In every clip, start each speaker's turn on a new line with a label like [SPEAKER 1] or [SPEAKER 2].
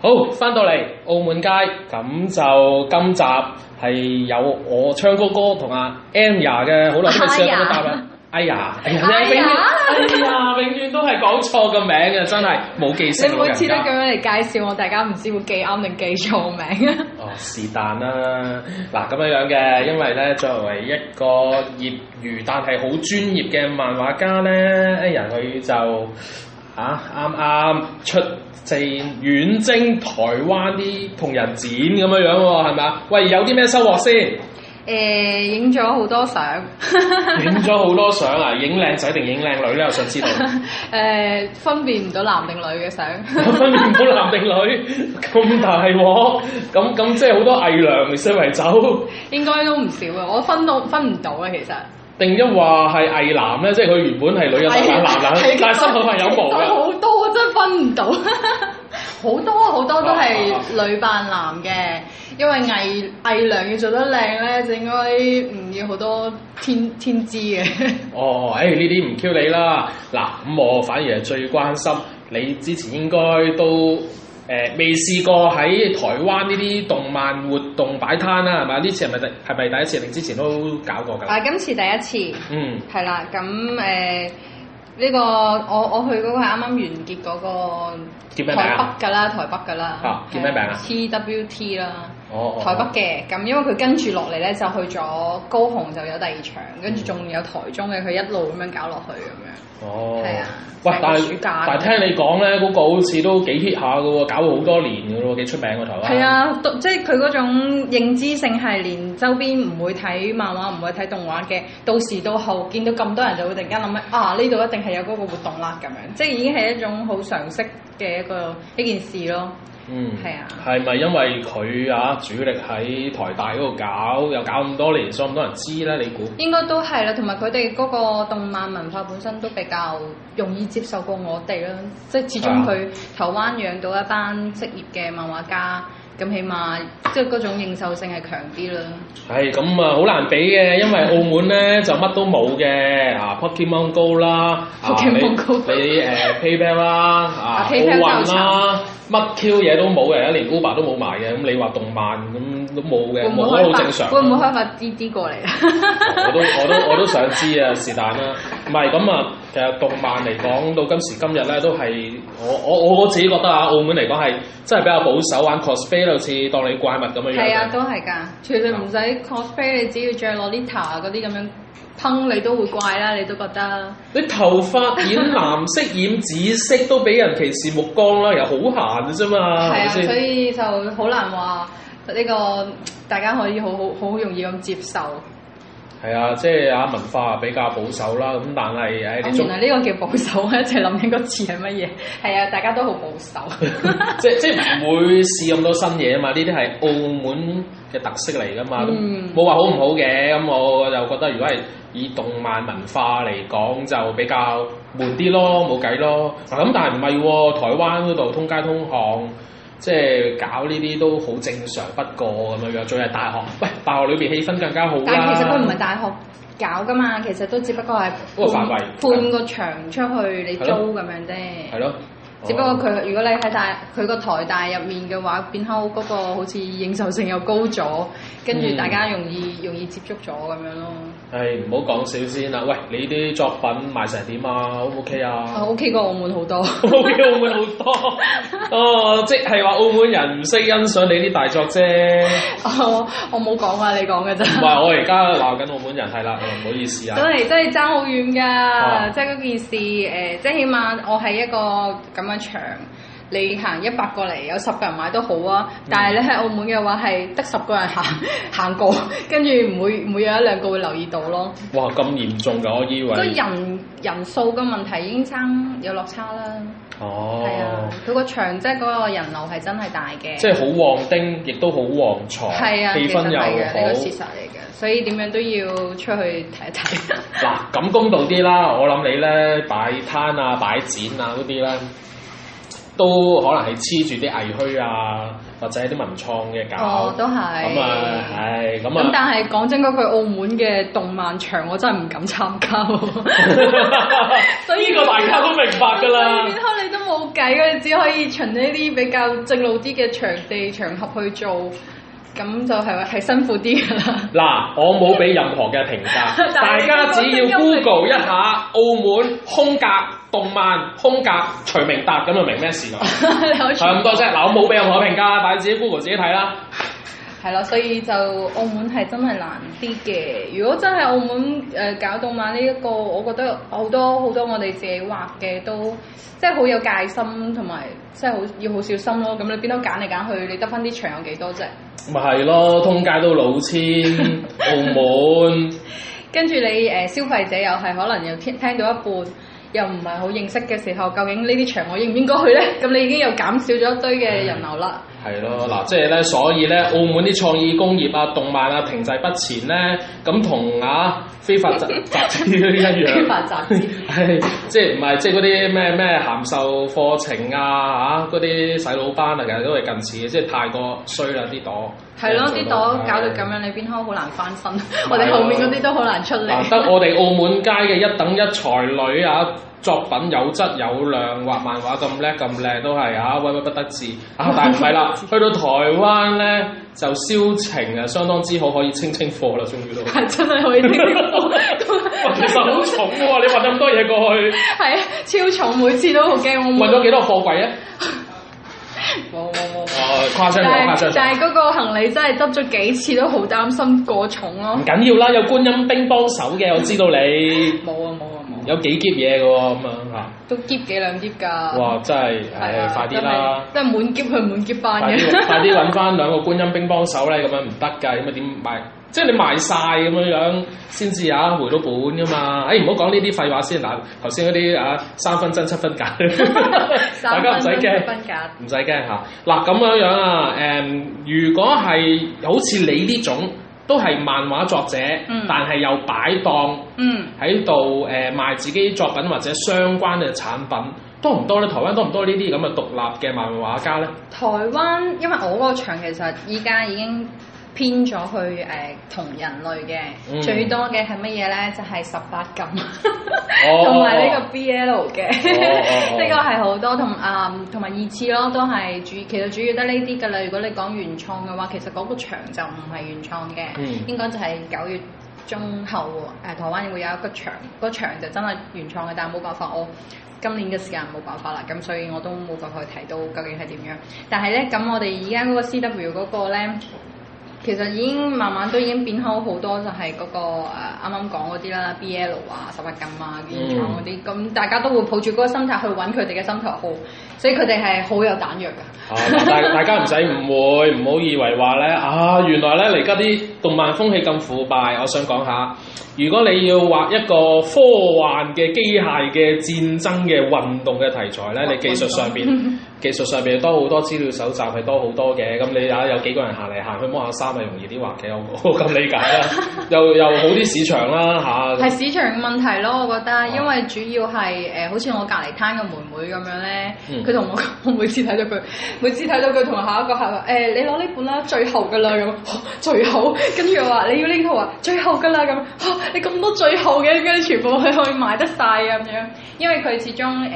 [SPEAKER 1] 好，翻到嚟澳門街，咁就今集係有我昌哥哥同阿 Anya 嘅，好耐都未試過咁樣答啦。哎呀，哎呀，
[SPEAKER 2] 哎呀
[SPEAKER 1] 永遠，哎呀， 永遠都係講錯個名嘅，真係冇記性
[SPEAKER 2] 你
[SPEAKER 1] 老
[SPEAKER 2] 每
[SPEAKER 1] 人
[SPEAKER 2] 次都
[SPEAKER 1] 家
[SPEAKER 2] 咁。樣嚟介紹我，大家唔知會記啱定記錯名啊！
[SPEAKER 1] 哦，是但啦，嗱咁樣樣嘅，因為咧作為一個業餘但係好專業嘅漫畫家咧，一人佢就啊啱啱出正遠征台灣啲同人展咁樣樣喎，係咪啊？喂，有啲咩收穫先？
[SPEAKER 2] 誒、影咗好多相， 誒、
[SPEAKER 1] 影咗好多相啊！影靚仔定影靚女咧？我想知道，
[SPEAKER 2] 分辨唔到男定女嘅相。
[SPEAKER 1] 分辨唔到男定女，咁大鑊，咁咁即係好多偽娘四圍走。
[SPEAKER 2] 應該都唔少嘅，我分到分唔到啊，其實。
[SPEAKER 1] 定一話係偽男咧，即係佢原本係女人，但係男男，
[SPEAKER 2] 係
[SPEAKER 1] 但係心口係有毛啊
[SPEAKER 2] 其
[SPEAKER 1] 嘅。
[SPEAKER 2] 實好多真係分唔到， 好多好多都
[SPEAKER 1] 啊
[SPEAKER 2] 係女扮男嘅，因為偽偽娘要做得靚咧，就應該唔要好多天天資嘅。
[SPEAKER 1] 哦，誒呢啲唔 Q 你啦。嗱，咁我反而係最關心你之前應該都誒、呃未試過喺台灣呢啲動漫活動擺攤啊啦，係咪？呢次係咪第係咪第一次？定之前都搞過㗎？
[SPEAKER 2] 啊，今次第一次。
[SPEAKER 1] 嗯，
[SPEAKER 2] 係啦，咁誒呢個我我去嗰個係啱啱完結嗰個
[SPEAKER 1] 叫咩名
[SPEAKER 2] 台
[SPEAKER 1] 啊？
[SPEAKER 2] 北㗎啦，台北㗎啦，
[SPEAKER 1] 啊叫咩名啊
[SPEAKER 2] ？TWT 啦，
[SPEAKER 1] 哦，哦
[SPEAKER 2] 台北嘅。咁因為佢跟住落嚟咧，就去咗高雄就有第二場，跟住仲有台中嘅，佢一路咁樣搞落去咁
[SPEAKER 1] 哦，
[SPEAKER 2] 係啊
[SPEAKER 1] 喂，
[SPEAKER 2] 成個
[SPEAKER 1] 但
[SPEAKER 2] 暑
[SPEAKER 1] 係
[SPEAKER 2] 假
[SPEAKER 1] 但係聽你講咧，嗰、個好似都幾 hit 下嘅喎，搞咗好多年嘅咯，幾出名嘅台灣。
[SPEAKER 2] 樣。係啊，讀即係佢嗰種認知性係連周邊唔會睇漫畫、唔會睇動畫嘅，到時到後見到咁多人就會突然間諗起啊，呢度一定係有嗰個活動啦咁樣，即係已經係一種好常識嘅一個一件事咯。
[SPEAKER 1] 嗯，
[SPEAKER 2] 係啊
[SPEAKER 1] 係咪因為佢啊主力喺台大嗰度搞，又搞咁多年，所以咁多人知咧？你估？
[SPEAKER 2] 應該都係啦，同埋佢哋嗰個動漫文化本身都比較容易接受過我哋啦，即係始終
[SPEAKER 1] 啊
[SPEAKER 2] 佢台灣養到一班職業嘅漫畫家，咁起碼即係嗰種認受性係強啲啦。
[SPEAKER 1] 係咁啊，好難比嘅，因為澳門咧就乜都冇嘅，啊 Pokemon Go 啦，啊你
[SPEAKER 2] Pokemon Go
[SPEAKER 1] 你誒 PayPal 啦，啊
[SPEAKER 2] 啊
[SPEAKER 1] 奧
[SPEAKER 2] PayPal
[SPEAKER 1] 運啦，乜 Q 嘢都冇嘅，連 Uber 都冇埋嘅，咁你話動漫咁都冇嘅，
[SPEAKER 2] 會唔
[SPEAKER 1] 冇
[SPEAKER 2] 會開
[SPEAKER 1] 好正
[SPEAKER 2] 發
[SPEAKER 1] 常。啊
[SPEAKER 2] 會唔會開發啲啲過嚟啊？
[SPEAKER 1] 我都我都我都想知啊，是但啦。唔係咁啊，其實動漫嚟講，到今時今日咧，都係我我我自己覺得啊，澳門嚟講係真係比較保守，玩 cosplay 都好似當你怪物咁樣樣
[SPEAKER 2] 係啊，
[SPEAKER 1] 嘅。
[SPEAKER 2] 都係㗎。除你唔使 cosplay，你只要着 Lolita 嗰啲咁樣烹，你都會怪啦，你都覺得。
[SPEAKER 1] 你頭髮染藍色、染紫色都俾人歧視目光啦，又好閒嘅啫嘛，係
[SPEAKER 2] 係
[SPEAKER 1] 咪
[SPEAKER 2] 啊，所
[SPEAKER 1] 先？
[SPEAKER 2] 以就好難話呢個大家可以好好好容易咁接受。
[SPEAKER 1] 係啊，即係啊文化比較保守啦，咁但係誒
[SPEAKER 2] 哦
[SPEAKER 1] 你中
[SPEAKER 2] 原來呢個叫保守， 我一齊諗緊個詞係乜嘢？係啊，大家都好保守。
[SPEAKER 1] 即即唔會試咁多新嘢啊嘛，呢啲係澳門嘅特色嚟噶嘛，咁
[SPEAKER 2] 嗯
[SPEAKER 1] 冇話好唔好嘅，咁我就覺得如果係以動漫文化嚟講，就比較悶啲咯，冇計咯。嗱咁但係唔係喎，台灣嗰度通街通巷。即係搞呢啲都好正常不過咁樣樣，仲係大學，喂大學裏邊氣氛更加好啦。
[SPEAKER 2] 但 係其實佢唔係大學搞噶嘛，其實都只不過係
[SPEAKER 1] 嗰個範
[SPEAKER 2] 半
[SPEAKER 1] 圍
[SPEAKER 2] 半個場出去你租
[SPEAKER 1] 係
[SPEAKER 2] 咁樣
[SPEAKER 1] 係
[SPEAKER 2] 啫。
[SPEAKER 1] 咯，
[SPEAKER 2] 只不過
[SPEAKER 1] 哦
[SPEAKER 2] 佢如果你喺大佢個台大入面嘅話，變後嗰個好似認受性又高咗，跟住
[SPEAKER 1] 嗯
[SPEAKER 2] 大家容易容易接觸咗咁樣咯。
[SPEAKER 1] 係唔好講少先啦。喂，你啲作品賣成點啊？O 唔 OK 啊？
[SPEAKER 2] 啊 OK 過澳門 好多。
[SPEAKER 1] 澳門澳門哦好多哦，即係話澳門人唔識欣賞你啲大作啫。
[SPEAKER 2] 我我冇講啊，你講嘅咋。
[SPEAKER 1] 唔係我而家鬧緊澳門人係啦，唔好意思
[SPEAKER 2] 真
[SPEAKER 1] 啊。
[SPEAKER 2] 係真係爭好遠㗎，
[SPEAKER 1] 啊
[SPEAKER 2] 即係嗰件事誒、即係起碼我喺一個咁嘅場，你行一百個嚟有十個人買都好啊，
[SPEAKER 1] 嗯
[SPEAKER 2] 但係你喺澳門嘅話係得十個人行行過，跟住唔會唔會有一兩個會留意到咯。
[SPEAKER 1] 哇，咁嚴重㗎，我以
[SPEAKER 2] 個
[SPEAKER 1] 為。
[SPEAKER 2] 人人數嘅問題已經爭有落差啦，係、
[SPEAKER 1] 哦
[SPEAKER 2] 啊，，佢個場即係嗰個人流係真係大嘅，
[SPEAKER 1] 即係好旺丁，亦都好旺財，
[SPEAKER 2] 係啊，
[SPEAKER 1] 氣
[SPEAKER 2] 其實
[SPEAKER 1] 氛
[SPEAKER 2] 係
[SPEAKER 1] 又
[SPEAKER 2] 嘅，呢個
[SPEAKER 1] 好
[SPEAKER 2] 事。實嚟嘅，所以點樣都要出去睇一睇。
[SPEAKER 1] 嗱，咁公道啲啦，我諗你咧擺攤啊、擺展啊嗰啲咧，都可能係黐住啲藝墟啊，或者啲文創嘅搞
[SPEAKER 2] 哦，。都係。
[SPEAKER 1] 咁啊，係咁
[SPEAKER 2] 咁
[SPEAKER 1] 啊，
[SPEAKER 2] 但係講真嗰句，澳門嘅動漫場我真係唔敢參加 喎。 所以
[SPEAKER 1] 呢個大家都明白㗎啦
[SPEAKER 2] 所以。變開你都冇計嘅，你只可以循呢啲比較正路啲嘅場地場合去做，咁就係係辛苦啲㗎啦。
[SPEAKER 1] 嗱，我冇俾任何嘅評價，大
[SPEAKER 2] 但係
[SPEAKER 1] 家只
[SPEAKER 2] 你
[SPEAKER 1] 要
[SPEAKER 2] 都有
[SPEAKER 1] Google 一下澳門空格動漫空格徐明達咁就明咩事啦。
[SPEAKER 2] 你可以
[SPEAKER 1] 係咁多啫，嗱我冇俾任何評價，但係自己 Google 自己睇啦。
[SPEAKER 2] 係咯，所以就澳門係真係難啲嘅。如果真係澳門誒、呃搞動漫呢、一個，我覺得好多好多我哋自己畫嘅都即係好有戒心，同埋即係好要好小心咯。咁你邊度揀嚟揀去，你得翻啲場有幾多啫？
[SPEAKER 1] 咪係咯，通街都老 千，澳門
[SPEAKER 2] 跟住你誒、呃消費者又係可能又聽聽到一半，又唔係好認識嘅時候，究竟呢啲場我應唔應該去呢？咁你已經又減少咗一堆嘅人流啦。
[SPEAKER 1] 係咯，嗱，即係咧，所以咧，澳門啲創意工業啊、動漫啊停滯不前咧，咁同啊非法集集資嗰啲一樣。
[SPEAKER 2] 非法集資
[SPEAKER 1] 係即係唔係即係嗰啲咩咩函授課程啊嚇嗰啲洗腦班啊，其實都係近似嘅，即係太過衰啦啲朵。啊
[SPEAKER 2] 係咯，啲朵搞到咁
[SPEAKER 1] 係。
[SPEAKER 2] 樣，你邊開好難翻身。 我哋後面嗰啲都好難出嚟。
[SPEAKER 1] 難得我哋澳門街嘅一等一才女啊，作品有質有量，畫漫畫咁叻咁靚都係啊，威威不得志啊！但係唔係 啦，去到台灣咧就銷情啊相當之好，可以清清貨啦，終 於都。
[SPEAKER 2] 係真係可以聽到，
[SPEAKER 1] 哇，其實好重喎、你運咁多嘢過去，
[SPEAKER 2] 係啊，超重，每次都好驚。我
[SPEAKER 1] 運咗幾多貨櫃啊？
[SPEAKER 2] 冇冇冇冇。
[SPEAKER 1] 哦，誇張咗，誇張
[SPEAKER 2] 但係
[SPEAKER 1] 咗。
[SPEAKER 2] 但係嗰個行李真係執咗幾次，都好擔心過重咯
[SPEAKER 1] 唔。緊要啦，有觀音兵幫手嘅，我知道你
[SPEAKER 2] 冇啊冇啊冇，
[SPEAKER 1] 有幾箧嘢嘅喎，咁樣嚇。
[SPEAKER 2] 都夾幾兩夾㗎。
[SPEAKER 1] 哇，真係，
[SPEAKER 2] 係
[SPEAKER 1] 唉
[SPEAKER 2] 啊，，
[SPEAKER 1] 快啲啦！
[SPEAKER 2] 真係！真係滿夾佢滿夾翻
[SPEAKER 1] 快
[SPEAKER 2] 嘅
[SPEAKER 1] 啲， 快啲揾翻兩個觀音兵幫手咧，咁樣唔得㗎，咁啊點賣？即係你賣晒咁樣樣先至啊回到本㗎嘛！哎誒唔好講呢啲廢話先嗱，頭先嗰啲啊三分真七分假，大
[SPEAKER 2] 三
[SPEAKER 1] 家唔
[SPEAKER 2] 分
[SPEAKER 1] 使
[SPEAKER 2] 鐘
[SPEAKER 1] 驚
[SPEAKER 2] 一。分格。
[SPEAKER 1] 唔使驚嚇，嗱咁樣樣啊，誒、如果係好似你呢種，都係漫畫作者，
[SPEAKER 2] 嗯
[SPEAKER 1] 但係又擺檔
[SPEAKER 2] 嗯，
[SPEAKER 1] 喺度誒賣自己作品或者相關嘅產品，多唔多咧？台灣多唔多呢啲咁嘅獨立嘅漫畫家咧？
[SPEAKER 2] 台灣因為我嗰個場其實依家已經偏咗去誒、呃同人類嘅，
[SPEAKER 1] 嗯
[SPEAKER 2] 最多嘅係乜嘢咧？就係十八禁，
[SPEAKER 1] 哦
[SPEAKER 2] 同埋呢個 BL 嘅，
[SPEAKER 1] 哦哦
[SPEAKER 2] 呢個係好多同啊同埋二次咯，都係主其實主要得呢啲㗎啦。如果你講原創嘅話，其實嗰個場就唔係原創嘅，
[SPEAKER 1] 嗯
[SPEAKER 2] 應該就係九月。中後誒、台灣會有一個場，嗰場就真係原創嘅，但係冇辦法，我今年嘅時間冇辦法啦，咁所以我都冇辦法去睇到究竟係點樣。但係咧，咁我哋而家嗰個 CW 嗰個咧，其實已經慢慢都已經變好好多，就係嗰、個誒啱啱講嗰啲啦，BL 啊、十八禁啊、原創嗰啲，咁、大家都會抱住嗰個心態去揾佢哋嘅心頭好，所以佢哋係好有彈藥
[SPEAKER 1] 啊！嗱大 大家唔使誤會，唔好以為話咧啊，原來咧而家啲動漫風氣咁腐敗。我想講下，如果你要畫一個科幻嘅機械嘅戰爭嘅運動嘅題材咧，你技術上邊技術上邊多好多資料搜集係多好多嘅。咁你啊有幾個人行嚟行去摸下衫咪容易啲畫嘅，我我咁理解啦。又又好啲市場啦
[SPEAKER 2] 㗎，
[SPEAKER 1] 嚇。
[SPEAKER 2] 係市場嘅問題咯，我覺得，因為主要係誒、好似我隔離攤嘅妹妹咁樣咧
[SPEAKER 1] 嗯，
[SPEAKER 2] 佢同、我講， 我每次睇到佢，每次睇到佢同下一個客話誒、你攞呢本啦，最後㗎啦咁， 哦最後，跟住我話你要呢套啊，最後㗎啦咁， 哦你咁多最後嘅，跟住全部佢可以買得晒啊咁樣，因為佢始終誒。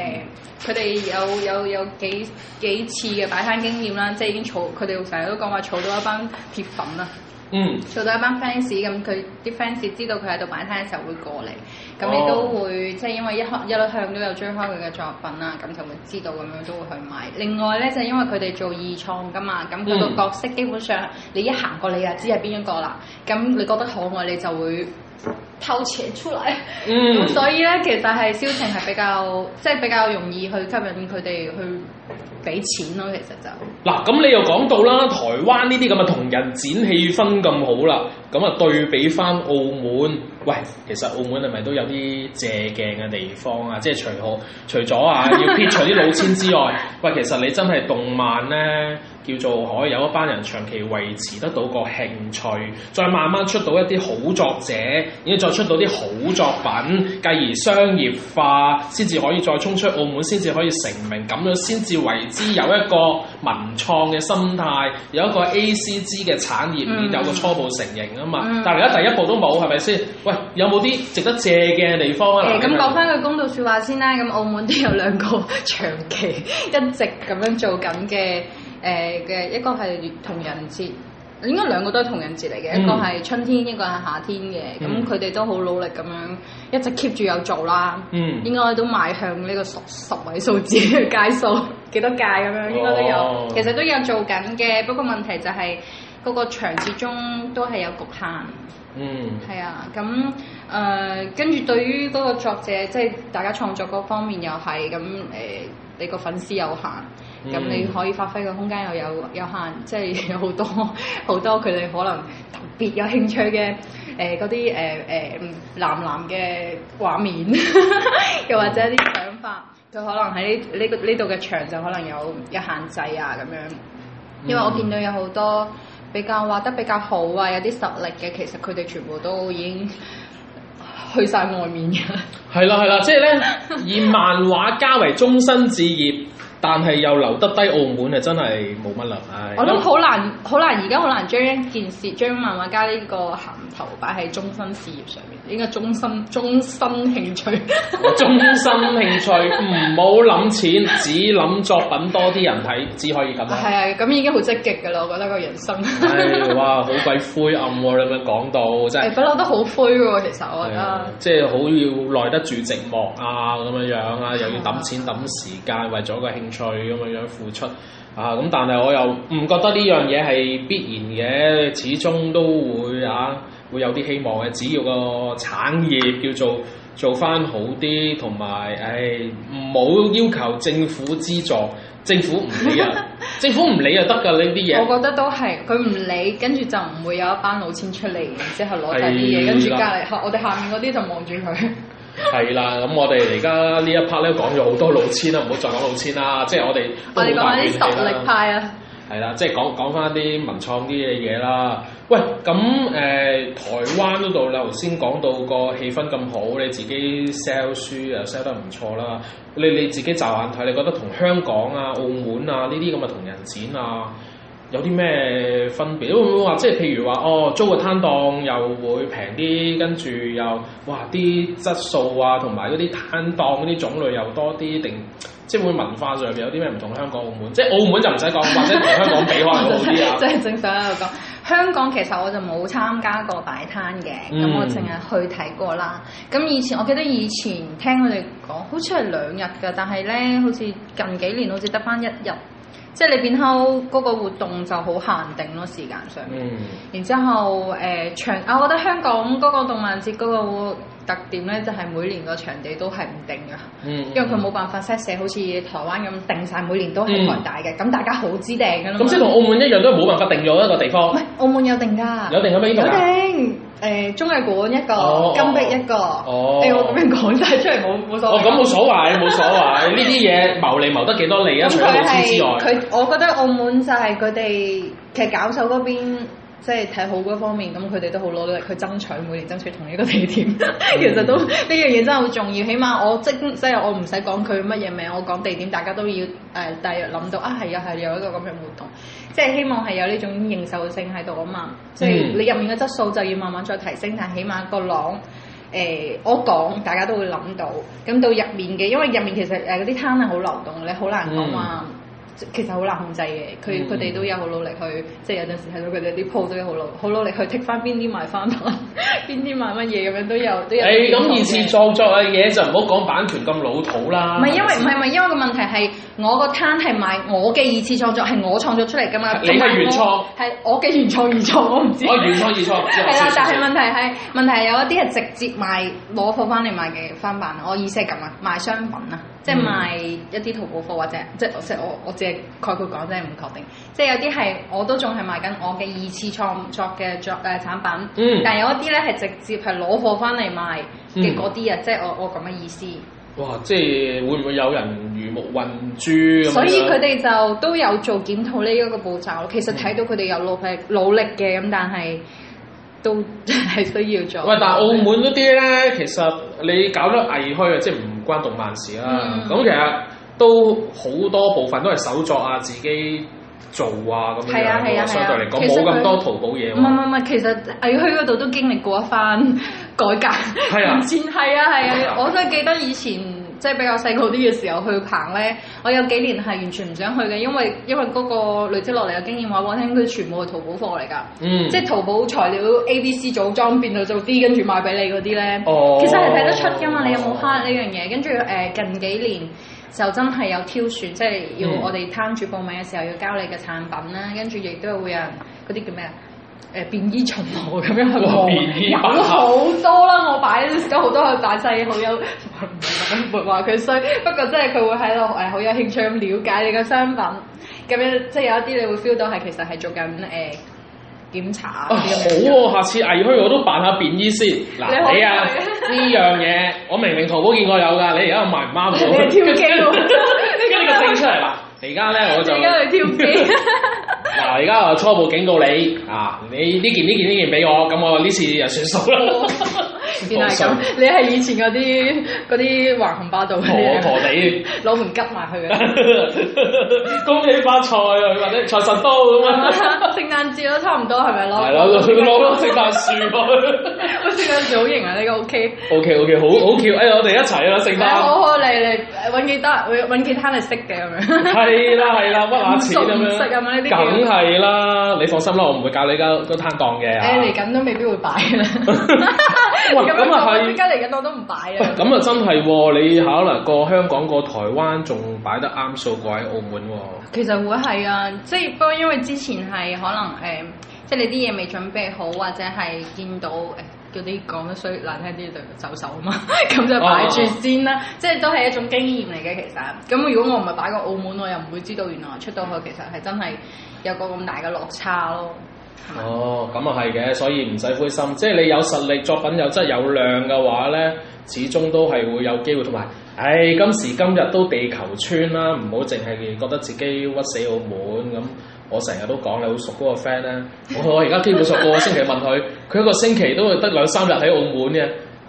[SPEAKER 2] 佢哋有有有幾幾次嘅擺攤經驗啦，即係已經儲，佢哋成日都講話儲到一班鐵粉啊啦。
[SPEAKER 1] 嗯。
[SPEAKER 2] 做到一班 fans 咁，佢啲 fans 知道佢喺度擺攤嘅時候會過嚟，咁你都會即係因為一向一路向都有追開佢嘅作品啦，咁就會知道咁樣都會去買。另外咧就係因為佢哋做二創噶嘛，咁
[SPEAKER 1] 嗯
[SPEAKER 2] 佢個角色基本上你一行過你就知係邊一個啦，咁你覺得可愛你就會偷錢出嚟。
[SPEAKER 1] 嗯
[SPEAKER 2] 咁所以咧，其實係銷情係比較，即係比較容易去吸引佢哋去俾錢咯。其實就
[SPEAKER 1] 嗱，咁你又講到啦，台灣呢啲咁嘅同人展氣氛咁好啦，咁啊對比翻澳門，喂，其實澳門係咪都有啲借鏡嘅地方啊？即係除好 除咗啊要撇除啲老千之外，喂，其實你真係動漫咧叫做可以有一班人長期維持得到個興趣，再慢慢出到一啲好作者，然之後再出到啲好作品，繼而商業化，先至可以再衝出澳門，先至可以成名，咁樣先至為之有一個文創嘅心態，有一個 ACG 嘅產業鏈，
[SPEAKER 2] 嗯
[SPEAKER 1] 有個初步成型啊嘛。
[SPEAKER 2] 嗯
[SPEAKER 1] 但係而家第一步都冇，係咪先？喂，有冇啲值得借嘅地方啊？
[SPEAKER 2] 誒
[SPEAKER 1] 嗱
[SPEAKER 2] 咁
[SPEAKER 1] 你
[SPEAKER 2] 講
[SPEAKER 1] 咪
[SPEAKER 2] 翻句公道説話先啦，咁澳門都有兩個 長期一直咁樣做緊嘅誒嘅，一個係同人節，應該兩個都係同人節嚟嘅，
[SPEAKER 1] 嗯
[SPEAKER 2] 一個係春天，一個係夏天嘅，
[SPEAKER 1] 嗯
[SPEAKER 2] 咁佢哋都好努力咁樣一直 keep 住有做啦，
[SPEAKER 1] 嗯
[SPEAKER 2] 應該都邁向呢個十十位數字嘅街數， 幾多屆咁樣應該都有，
[SPEAKER 1] 哦
[SPEAKER 2] 其實都有做緊嘅，不過問題就係、嗰個場始終都係有局限。
[SPEAKER 1] 嗯
[SPEAKER 2] 係啊，咁誒、呃跟住對於嗰個作者，即係大家創作嗰方面又係咁誒，呃你個粉絲有限，咁、
[SPEAKER 1] 嗯
[SPEAKER 2] 你可以發揮嘅空間又有 有限，即係有好多 好多佢哋可能特別有興趣嘅誒嗰啲誒呃誒男男嘅畫面， 又或者啲想法，佢可能喺呢呢個呢度嘅場就可能有有限制啊咁樣。因為我見到有好多比較畫得比較好啊，有啲實力嘅，其實佢哋全部都已經去晒外面嘅。
[SPEAKER 1] 係啦係啦，即係 咧以漫畫家為終身置業，但係又留得低澳門啊，真係冇乜啦，唉。
[SPEAKER 2] 我都好難，好難，而家好難將一件事，將漫畫家呢個銜頭擺喺終身事業上面，應該終身終身興趣。
[SPEAKER 1] 終身興趣，唔好諗錢，只諗作品多啲人睇，只可以咁
[SPEAKER 2] 係
[SPEAKER 1] 啦。
[SPEAKER 2] 啊，咁已經好積極㗎啦，我覺得個人生。
[SPEAKER 1] 唉，哇，好鬼灰暗喎！你咁樣講到，真
[SPEAKER 2] 誒
[SPEAKER 1] 係
[SPEAKER 2] 不嬲都好灰喎，其實我覺
[SPEAKER 1] 係啊
[SPEAKER 2] 得。
[SPEAKER 1] 即係好要耐得住寂寞啊，咁樣樣啊，又要揼錢揼時間，為咗個興趣咁樣樣付出啊。咁但係我又唔覺得呢樣嘢係必然嘅，始終都會啊，會有啲希望嘅。只要個產業叫做做翻好啲，同埋誒唔好要求政府資助，政府唔理啊，政府唔理就得㗎呢啲嘢。
[SPEAKER 2] 我覺得都係，佢唔理，跟住就唔會有一班老千出嚟，然之後攞晒啲
[SPEAKER 1] 係
[SPEAKER 2] 嘢，跟住隔
[SPEAKER 1] 啦
[SPEAKER 2] 離我哋下面嗰啲就望住佢。
[SPEAKER 1] 係啦，咁我哋而家呢一 part 咧講咗好多老千啦，唔好再講老千啦，即係我哋都
[SPEAKER 2] 我哋
[SPEAKER 1] 好大
[SPEAKER 2] 講緊
[SPEAKER 1] 怨
[SPEAKER 2] 啲
[SPEAKER 1] 氣
[SPEAKER 2] 實力
[SPEAKER 1] 啦。
[SPEAKER 2] 派啊，
[SPEAKER 1] 係啦，即係講講翻啲文創啲嘅嘢啦。喂，咁誒、台灣嗰度啦，頭先講到個氣氛咁好，你自己 sell 書啊 sell 得唔錯啦。你你自己驟眼睇，你覺得同香港啊、澳門啊呢啲咁嘅同人展啊，有啲咩分別？會唔會話即係譬如話哦，租個攤檔又會平啲，跟住又哇啲質素啊，同埋嗰啲攤檔嗰啲種類又多啲，定即係會文化上面有啲咩唔同香港澳門？即係澳門就唔使講，或者同香港比可能好啲啊。
[SPEAKER 2] 真係正想喺度講。香港其實我就冇參加過擺攤嘅，咁、
[SPEAKER 1] 嗯
[SPEAKER 2] 我淨係去睇過啦。咁以前我記得以前聽佢哋講，好似係兩日㗎，但係咧好似近幾年好似得翻一日，即係你變後嗰個活動就好限定咯時間上面。
[SPEAKER 1] 嗯
[SPEAKER 2] 然之後誒、呃、場啊，我覺得香港嗰個動漫節嗰個特點咧，就係、每年個場地都係唔定㗎。
[SPEAKER 1] 嗯，
[SPEAKER 2] 因為佢冇辦法 set 寫好似台灣咁定晒每年都係台大嘅，咁、大家好知定㗎啦嘛。
[SPEAKER 1] 嗯咁即係同澳門一樣，都係冇辦法定咗一個地
[SPEAKER 2] 唔
[SPEAKER 1] 方
[SPEAKER 2] 係，澳門有定㗎，
[SPEAKER 1] 有定咁樣呢
[SPEAKER 2] 有
[SPEAKER 1] 度啊。
[SPEAKER 2] 定誒綜藝館一個，
[SPEAKER 1] 哦
[SPEAKER 2] 金碧一個。
[SPEAKER 1] 哦
[SPEAKER 2] 誒我咁樣講晒出嚟冇冇所
[SPEAKER 1] 哦，
[SPEAKER 2] 謂。
[SPEAKER 1] 咁冇所謂，冇所謂，呢啲嘢謀利謀得幾多利啊？
[SPEAKER 2] 咁
[SPEAKER 1] 除咗
[SPEAKER 2] 佢
[SPEAKER 1] 老師之外
[SPEAKER 2] 係，佢，我覺得澳門就係佢哋其實搞手嗰邊。即係睇好嗰方面，咁佢哋都好努力去爭取，每年爭取同一個地點。
[SPEAKER 1] 嗯
[SPEAKER 2] 其實都呢樣嘢真係好重要，起碼我即即係我唔使講佢乜嘢名，我講地點，大家都要誒、呃大約諗到啊，係啊係有一個咁嘅活動，即係希望係有呢種認受性喺度啊嘛。即係
[SPEAKER 1] 嗯
[SPEAKER 2] 你入面嘅質素就要慢慢再提升，但係起碼個朗。誒、我講大家都會諗到，咁到入面嘅，因為入面其實誒嗰啲攤係好流動，你好難講話，其實好難控制嘅。佢
[SPEAKER 1] 嗯
[SPEAKER 2] 佢哋都有好努力去，即係有陣時睇到佢哋啲鋪都有好努好努力去剔翻邊啲賣翻檔， 邊啲賣乜嘢咁樣都有都
[SPEAKER 1] 誒
[SPEAKER 2] 有。
[SPEAKER 1] 哎咁二次創作啊嘅嘢就唔好講版權咁老土啦。
[SPEAKER 2] 唔係因為唔係唔係因為個問題係我個攤係賣我嘅二次創作係我創作出嚟㗎嘛，
[SPEAKER 1] 你係
[SPEAKER 2] 同埋我
[SPEAKER 1] 原創哦
[SPEAKER 2] 係我嘅原創原創，我唔知。
[SPEAKER 1] 我原創 二創，
[SPEAKER 2] 係啦，但係問題係問題係有一啲係直接賣攞貨翻嚟賣嘅翻版，我意思係咁啊，賣商品啊，即係
[SPEAKER 1] 嗯
[SPEAKER 2] 賣一啲淘寶貨或者即係即係我我只係概括講，真係唔確定。即係有啲係我都仲係賣緊我嘅二次創作嘅作誒產品，
[SPEAKER 1] 嗯
[SPEAKER 2] 但係有一啲咧係直接係攞貨翻嚟賣嘅
[SPEAKER 1] 嗯
[SPEAKER 2] 嗰啲啊，即係我我咁嘅意思。
[SPEAKER 1] 哇！即係會唔會有人魚目混珠咁樣
[SPEAKER 2] 所以佢哋就都有做檢討呢一個步驟咯。其
[SPEAKER 1] 嗯
[SPEAKER 2] 實睇到佢哋有努力努力嘅，咁但係都係需要做。
[SPEAKER 1] 喂，但係澳門嗰啲咧，其實你搞得藝墟啊，即係唔關動漫事啦。
[SPEAKER 2] 嗯
[SPEAKER 1] 咁、其實都好多部分都係手作啊，自己做啊咁樣
[SPEAKER 2] 係啊係
[SPEAKER 1] 樣
[SPEAKER 2] 啊
[SPEAKER 1] 喎。相對嚟講
[SPEAKER 2] 其實
[SPEAKER 1] 冇
[SPEAKER 2] 佢
[SPEAKER 1] 咁多淘寶嘢
[SPEAKER 2] 唔係唔
[SPEAKER 1] 喎。
[SPEAKER 2] 係唔係，其實藝墟嗰度都經歷過一番改革。
[SPEAKER 1] 係啊
[SPEAKER 2] 以前係啊係啊，我真係記得以前即係比較細個啲嘅時候去棚咧，我有幾年係完全唔想去嘅，因為因為嗰個累積落嚟嘅經驗話俾我聽，佢全部係淘寶貨嚟㗎。
[SPEAKER 1] 嗯，
[SPEAKER 2] 即係淘寶材料 A、B、C 組裝變到做 D，跟住賣俾你嗰啲咧，
[SPEAKER 1] 哦
[SPEAKER 2] 其實係睇得出㗎嘛。你有冇蝦呢樣嘢？跟住誒近幾年就真係有挑選，即係要
[SPEAKER 1] 嗯
[SPEAKER 2] 我哋攤住報名嘅時候要交你嘅產品啦，跟住亦都會有人嗰啲叫咩啊？誒便衣巡邏咁樣去
[SPEAKER 1] 哇
[SPEAKER 2] 望，
[SPEAKER 1] 便哦衣
[SPEAKER 2] 有
[SPEAKER 1] 百合
[SPEAKER 2] 好多啦！我擺咗好多去大細好有，唔係唔係話佢衰，不過真係佢會喺度誒呃好有興趣咁了解你嘅商品，咁樣即係有一啲你會 feel 到係其實係做緊呃誒檢查
[SPEAKER 1] 啊
[SPEAKER 2] 嗰
[SPEAKER 1] 好
[SPEAKER 2] 啲咁樣
[SPEAKER 1] 喎、下次藝墟我都扮下便衣先。
[SPEAKER 2] 你
[SPEAKER 1] 嗱，
[SPEAKER 2] 可以
[SPEAKER 1] 你啊呢樣嘢，我明明淘寶見過有㗎，你而家賣唔啱我。
[SPEAKER 2] 你挑 機喎
[SPEAKER 1] 跟住個證出嚟啦。而家咧我就
[SPEAKER 2] 而家嚟挑 機，
[SPEAKER 1] 嗱，而家我初步警告你啊！你呢件呢件呢件俾我，咁我呢次就算數啦。
[SPEAKER 2] 原來係咁，你係以前嗰啲嗰啲橫行霸道嗰啲
[SPEAKER 1] 婆
[SPEAKER 2] 啊
[SPEAKER 1] 婆地，
[SPEAKER 2] 攞門吉埋去 嘅。
[SPEAKER 1] 恭喜發財啊！或者財神到咁啊，
[SPEAKER 2] 聖誕節都差唔多係咪攞？
[SPEAKER 1] 係咯，攞到聖誕樹喎。
[SPEAKER 2] 喂，聖誕節好型啊！呢個 OK。
[SPEAKER 1] O K O K，好好巧，哎，我哋一齊啦，聖
[SPEAKER 2] 係
[SPEAKER 1] 誕。
[SPEAKER 2] 好好，你你揾幾單，揾幾單你識嘅咁樣。
[SPEAKER 1] 係啊啦係啦，屈下錢咁
[SPEAKER 2] 唔熟唔識啊嘛
[SPEAKER 1] 樣，
[SPEAKER 2] 呢啲叫
[SPEAKER 1] 梗係啦，你放心啦，我唔會教你間嗰攤檔 嘅。
[SPEAKER 2] 誒嚟緊都未必會擺 啦。
[SPEAKER 1] 哇咁啊係
[SPEAKER 2] 而家嚟緊我都唔擺
[SPEAKER 1] 喂
[SPEAKER 2] 啊。
[SPEAKER 1] 咁啊真係喎，你考慮過香港過台灣，仲擺得啱數過喺澳門喎。
[SPEAKER 2] 其實會係啊，即係不過因為之前係可能誒、即係你啲嘢未準備好，或者係見到誒嗰啲講得衰難聽啲就走手啊嘛， 咁就擺住先啦。即係都係一種經驗嚟嘅其實。咁如果我唔係擺過澳門，我又唔會知道原來出到去其實係真係有個咁大嘅落差咯。係咪
[SPEAKER 1] 哦，咁啊係嘅，所以唔使灰心，即係你有實力，作品有質有量嘅話咧，始終都係會有機會，同埋，唉，今時今日都地球村啦，唔好淨係覺得自己屈死澳門咁。我成日都講你好熟嗰個 friend 咧，我我而家基本上個個星期問佢，佢一個星期都會得兩三日喺澳門嘅，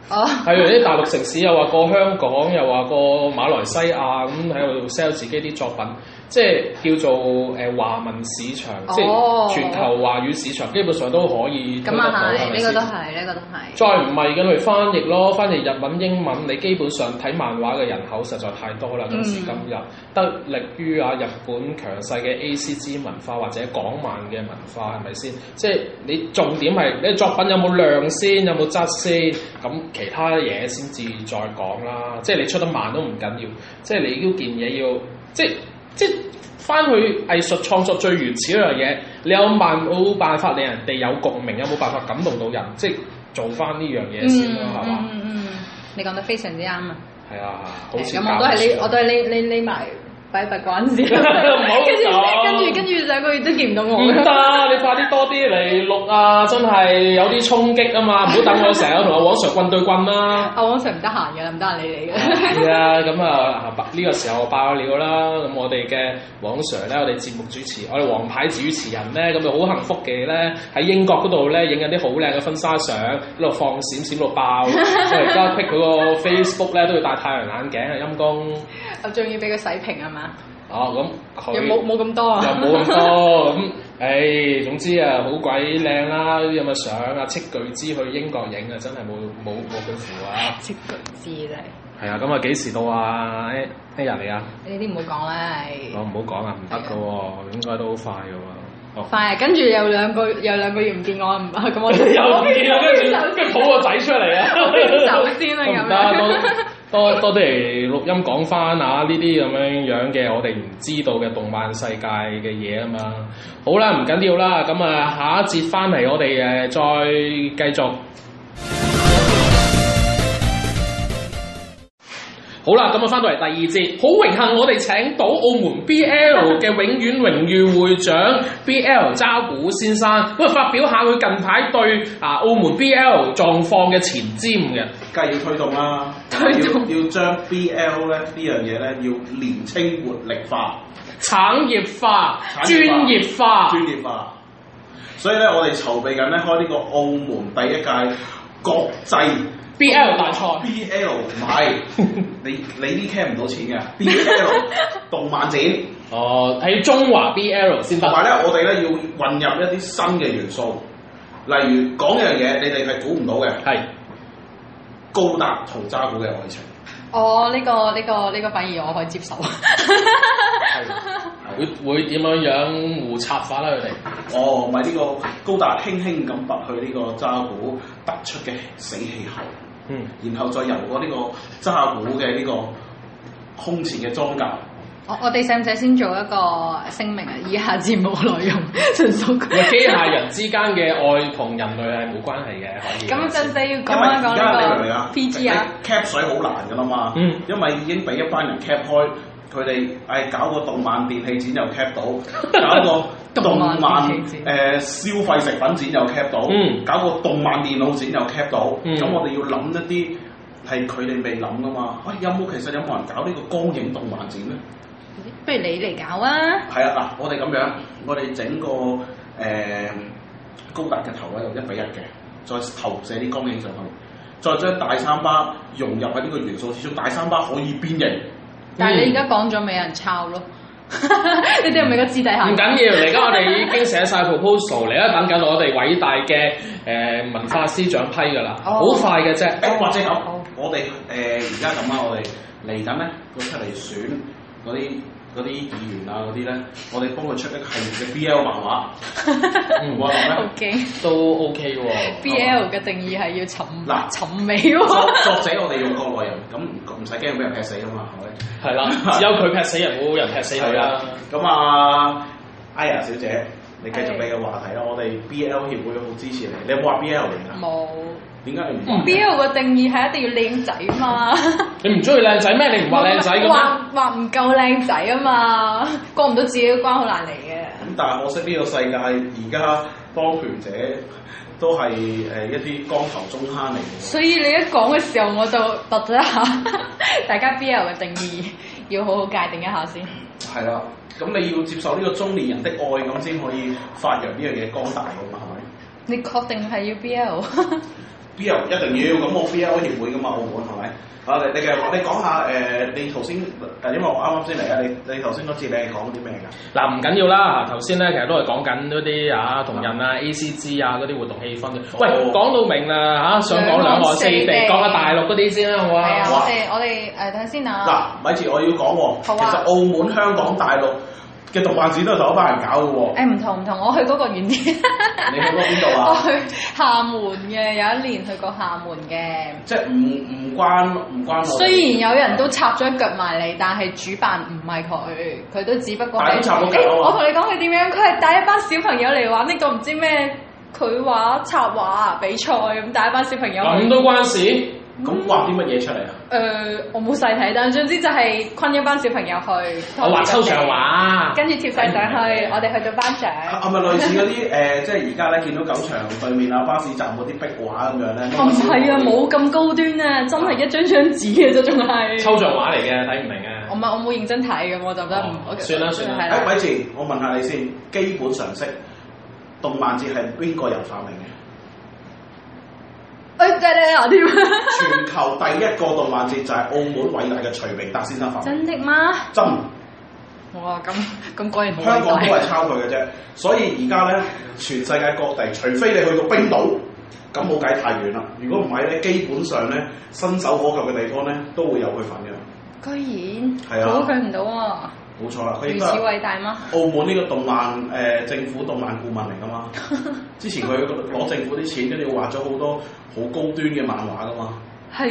[SPEAKER 2] 哦，
[SPEAKER 1] 係啊啲大陸城市又話過香港，又話過馬來西亞咁喺度 sell 自己啲作品，即係叫做誒、呃、華文市場，即
[SPEAKER 2] 哦
[SPEAKER 1] 係全球華語市場，基本上都可以推
[SPEAKER 2] 咁
[SPEAKER 1] 得到，
[SPEAKER 2] 啊
[SPEAKER 1] 係咪
[SPEAKER 2] 係，呢個
[SPEAKER 1] 先
[SPEAKER 2] 都？係，呢個都係。
[SPEAKER 1] 再唔係嘅，咪翻譯咯，翻譯日文、英文，你基本上睇漫畫嘅人口實在太多啦，今時今日，得力於啊日本強勢嘅 ACG 文化或者港漫嘅文化，係咪先？即係你重點係你作品有冇量先，有冇質先，咁其他嘢先至再講啦。即係你出得慢都唔緊要，即係你呢件嘢要即係即係。翻去藝術創作最原始嗰樣嘢，你有辦冇辦法令人哋有共鳴，有冇辦法感動到人？即係做翻呢樣嘢先啦，係嘛
[SPEAKER 2] 嗯？嗯嗯，你講得非常之啱啊！
[SPEAKER 1] 係啊，好似
[SPEAKER 2] 嗯咁我都係
[SPEAKER 1] 教
[SPEAKER 2] 呢，我都係呢呢呢埋擺閉關先，
[SPEAKER 1] 唔好講
[SPEAKER 2] 跟住跟住跟住兩個月都見唔到我
[SPEAKER 1] 唔得，啊你快啲多啲嚟錄啊！真係有啲衝擊啊嘛，唔好等我成日同阿黃 Sir 棍對棍啦。
[SPEAKER 2] 阿王 Sir 哦唔得閒嘅，唔得閒理你嘅。
[SPEAKER 1] 係啊，咁啊，啊呢個時候爆料啦。咁我哋嘅黃 Sir 咧，我哋節目主持，我哋王牌主持人咧，咁就好幸福嘅咧，喺英國嗰度咧影緊啲好靚嘅婚紗相，喺度放閃閃到 爆。我而家 pick 佢個 Facebook 咧都要戴太陽眼鏡啊，陰公。
[SPEAKER 2] 我仲要俾佢洗屏係啊嘛？
[SPEAKER 1] 哦，咁佢
[SPEAKER 2] 又冇冇咁多
[SPEAKER 1] 又
[SPEAKER 2] 啊？
[SPEAKER 1] 冇咁多咁，唉、總之啊，好鬼靚啦！啲咁嘅相啊，斥巨資去英國影啊，真係冇冇冇佢符啊！
[SPEAKER 2] 切句字真係，
[SPEAKER 1] 係啊，咁啊幾時到啊？哎哎呀你啊，
[SPEAKER 2] 呢啲唔好講啦。
[SPEAKER 1] 我
[SPEAKER 2] 係
[SPEAKER 1] 唔好講啊，唔得噶喎，應該都好快噶喎。哦，
[SPEAKER 2] 快啊！跟住有兩個有兩個月唔見我，唔 咁 我
[SPEAKER 1] 又見啊，跟
[SPEAKER 2] 我
[SPEAKER 1] 住跟住抱個仔出嚟啊！
[SPEAKER 2] 手先啦
[SPEAKER 1] 都唔
[SPEAKER 2] 咁
[SPEAKER 1] 得，多
[SPEAKER 2] 樣。
[SPEAKER 1] 多多啲嚟錄音講翻啊！呢啲咁樣樣嘅我哋唔知道嘅動漫世界嘅嘢啊嘛。好啦，唔緊要啦，咁啊下一節翻嚟我哋呃誒再繼續。好啦，咁啊翻到嚟第二節，好榮幸我哋請到澳門 BL 嘅永遠榮譽會長 BL 渣古先生，咁啊發表下佢近排對啊澳門 BL 狀況嘅前瞻嘅。
[SPEAKER 3] 梗係要推動啦，
[SPEAKER 2] 推動
[SPEAKER 3] 要要將 BL 咧呢樣嘢咧要年青活力化、
[SPEAKER 1] 產業化、
[SPEAKER 3] 產
[SPEAKER 1] 專
[SPEAKER 3] 業
[SPEAKER 1] 業
[SPEAKER 3] 化
[SPEAKER 1] 化，
[SPEAKER 3] 專業化。所以咧，我哋籌備緊咧開呢個澳門第一屆國際
[SPEAKER 1] BL 大賽
[SPEAKER 3] BL 唔係 你你啲 c 唔到錢嘅 BL 動漫展，
[SPEAKER 1] 哦，喺中華 BL 先得
[SPEAKER 3] 同。埋咧我哋咧要混入一啲新嘅元素，例如講一樣嘢你哋係估唔到嘅
[SPEAKER 1] 係
[SPEAKER 3] 高達同渣古嘅愛情。
[SPEAKER 2] 哦，呢、個呢、個呢、個反而我可以接受。
[SPEAKER 1] 會會點樣樣互插法啦？佢哋
[SPEAKER 3] 哦，咪呢個高達輕輕咁拔去呢個渣古突出嘅死氣喉，
[SPEAKER 1] 嗯
[SPEAKER 3] 然後再游過呢個渣古嘅呢個胸前嘅裝甲。
[SPEAKER 2] 我我哋使唔使先做一個聲明啊？以下節目內容 純屬
[SPEAKER 1] 啊機械人之間嘅愛同人類係冇關係嘅，可以。
[SPEAKER 2] 咁陣時要
[SPEAKER 3] 因
[SPEAKER 2] 講
[SPEAKER 3] 為
[SPEAKER 2] 一
[SPEAKER 3] 而家你明唔
[SPEAKER 2] 講
[SPEAKER 3] 明
[SPEAKER 2] 呢
[SPEAKER 3] 啊
[SPEAKER 2] 個 PG 啊，
[SPEAKER 3] 你 cap 水好難噶啦嘛，
[SPEAKER 1] 嗯
[SPEAKER 3] 因為已經俾一班人 cap 開，佢哋誒搞個動漫電器展又 cap 到，搞個
[SPEAKER 2] 動
[SPEAKER 3] 動
[SPEAKER 2] 漫
[SPEAKER 3] 漫
[SPEAKER 2] 電器
[SPEAKER 3] 誒、
[SPEAKER 2] 展
[SPEAKER 3] 消費食品展又 cap 到，
[SPEAKER 1] 嗯
[SPEAKER 3] 搞個動漫電腦展又 cap 到，咁、
[SPEAKER 1] 嗯
[SPEAKER 3] 我哋要諗一啲係佢哋未諗噶嘛，喂、有冇其實有冇人搞呢個光影動漫展咧？
[SPEAKER 2] 不如你嚟搞
[SPEAKER 1] 嗯
[SPEAKER 2] 啊！
[SPEAKER 3] 係啊，嗱，我哋咁樣，我哋整個誒、高達嘅頭位度一比一嘅，再投射啲光影上去，再將大三巴融入喺呢個元素之中，大三巴可以變形。
[SPEAKER 2] 但係你而家講咗，咪有人抄咯？ 你哋係咪個私底下？
[SPEAKER 1] 唔緊要，而家我哋已經寫晒 proposal，嚟啦，等緊我哋偉大嘅誒、呃文化司長批㗎啦，好、
[SPEAKER 2] 哦
[SPEAKER 1] 快嘅啫。
[SPEAKER 3] 誒、或者咁
[SPEAKER 2] 好，
[SPEAKER 3] 我哋誒呃而家咁啊，我哋嚟緊咧會出嚟選嗰啲。嗰啲議員啊，嗰啲咧，我哋幫佢出一個系列嘅 BL 漫畫，
[SPEAKER 1] 嗯
[SPEAKER 3] 唔好諗
[SPEAKER 2] 好
[SPEAKER 3] 咧。
[SPEAKER 2] 驚
[SPEAKER 1] 都 OK 喎。
[SPEAKER 2] BL 嘅定義係要尋
[SPEAKER 3] 嗱
[SPEAKER 2] 尋美
[SPEAKER 3] 作
[SPEAKER 2] 喎。
[SPEAKER 3] 作者我哋用國內人，咁唔唔使驚俾人劈死啊嘛，係咪？
[SPEAKER 1] 係啦，只有佢劈死人，冇人劈死佢
[SPEAKER 3] 係
[SPEAKER 1] 啦
[SPEAKER 3] 啦。，咁啊，Aya 小姐，你繼續你嘅話題啦。我哋 BL 協會好支持你。你有冇話 BL 嚟㗎？
[SPEAKER 2] 冇
[SPEAKER 3] 點解你唔
[SPEAKER 1] 嗯
[SPEAKER 3] 話
[SPEAKER 2] BL 嘅定義係一定要靚仔嘛，
[SPEAKER 1] 你唔中意靚仔咩？你唔話靚仔嘅咩？
[SPEAKER 2] 話話唔夠靚仔啊嘛，過唔到自己嘅關好難嚟嘅。
[SPEAKER 3] 咁但係可惜呢個世界而家當權者都係誒一啲光頭中坑嚟嘅。
[SPEAKER 2] 所以你一講嘅時候，我就 突咗一下， 大家 BL 嘅定義要好好界定一下先。
[SPEAKER 3] 係啦，咁你要接受呢個中年人的愛，咁先可以發揚呢樣嘢光大㗎嘛，係咪
[SPEAKER 2] 你確定係要 BL？
[SPEAKER 3] ？BL 一定要，咁我 BL 協會㗎嘛，澳門係咪？啊，你你嘅你講下誒、你頭先誒，因為我啱啱先嚟啊，你你頭先嗰次你係講啲咩㗎？
[SPEAKER 1] 嗱唔緊要啦，頭先咧其實都係講緊嗰啲啊同人啊 ACG 啊嗰啲活動氣氛嘅。喂，
[SPEAKER 3] 哦
[SPEAKER 1] 講到明啦啊嚇，想講兩岸四地，
[SPEAKER 2] 兩岸四地
[SPEAKER 1] 講下大陸嗰啲先啦，好
[SPEAKER 2] 係啊，
[SPEAKER 1] 啊？
[SPEAKER 2] 我
[SPEAKER 3] 哇
[SPEAKER 2] 哋我哋誒等下先啊。
[SPEAKER 3] 嗱，咪住我要講喎，
[SPEAKER 2] 好啊
[SPEAKER 3] 其實澳門、香港、大陸嘅動漫展都係同一班人搞 嘅喎。
[SPEAKER 2] 誒唔同唔同，我去嗰個遠啲。
[SPEAKER 3] 你去過邊度
[SPEAKER 2] 我
[SPEAKER 3] 啊？
[SPEAKER 2] 去廈門嘅，有一年去過廈門嘅。
[SPEAKER 3] 即係唔唔關唔關我哋。
[SPEAKER 2] 雖然有人都插咗一腳埋嚟，但係主辦唔係佢，佢都只不過
[SPEAKER 3] 但係
[SPEAKER 2] 係
[SPEAKER 3] 都插咗腳啊
[SPEAKER 2] 誒
[SPEAKER 3] 嘛
[SPEAKER 2] 我同你講佢點樣，佢係帶一班小朋友嚟玩呢個唔知咩佢話插畫啊比賽咁，帶一班小朋友去。
[SPEAKER 1] 咁都關事？
[SPEAKER 3] 咁畫啲乜嘢出嚟啊？
[SPEAKER 2] 誒、呃我冇細睇，但總之就係昆一班小朋友去，
[SPEAKER 1] 我畫啊抽象，畫。
[SPEAKER 2] 跟住貼晒上去，我哋去到頒獎。
[SPEAKER 3] 係咪類似嗰 啲誒，即係而家咧見到九場對面啊巴士站嗰啲壁畫咁樣咧？
[SPEAKER 2] 哦，唔係啊，冇咁高端啊，真係一張張紙嘅啫，仲係。
[SPEAKER 1] 抽象畫嚟嘅，睇唔明啊
[SPEAKER 2] 我！唔係，我冇認真睇嘅，我就覺得唔
[SPEAKER 1] 哦。
[SPEAKER 2] 我
[SPEAKER 1] 算啦算啦
[SPEAKER 2] 係
[SPEAKER 3] 誒，咪住，我問下你先，基本常識，動漫節係邊個人發明 嘅？
[SPEAKER 2] 誒，真係啊！添。
[SPEAKER 3] 全球第一個動漫節就係澳門偉大嘅徐明達先生發明。
[SPEAKER 2] 真的嗎？
[SPEAKER 3] 真
[SPEAKER 2] 哇，咁咁果然好
[SPEAKER 3] 香港
[SPEAKER 2] 偉
[SPEAKER 3] 都
[SPEAKER 2] 大。
[SPEAKER 3] 係抄佢嘅啫，所以而家咧，全世界各地，除非你去到冰島，咁冇計太遠啦。如果唔係咧，基本上咧，伸手可及嘅地方咧，都會有佢份嘅。
[SPEAKER 2] 居
[SPEAKER 3] 係
[SPEAKER 2] 然
[SPEAKER 3] 啊
[SPEAKER 2] 估佢唔到啊！
[SPEAKER 3] 冇錯啦，佢呃
[SPEAKER 2] 如
[SPEAKER 3] 亦
[SPEAKER 2] 此
[SPEAKER 3] 都係
[SPEAKER 2] 偉大嗎？
[SPEAKER 3] 澳門呢個動漫誒、呃政府動漫顧問嚟噶嘛。之前佢攞政府啲錢，跟住畫咗好多好高端嘅漫畫噶嘛。
[SPEAKER 4] 係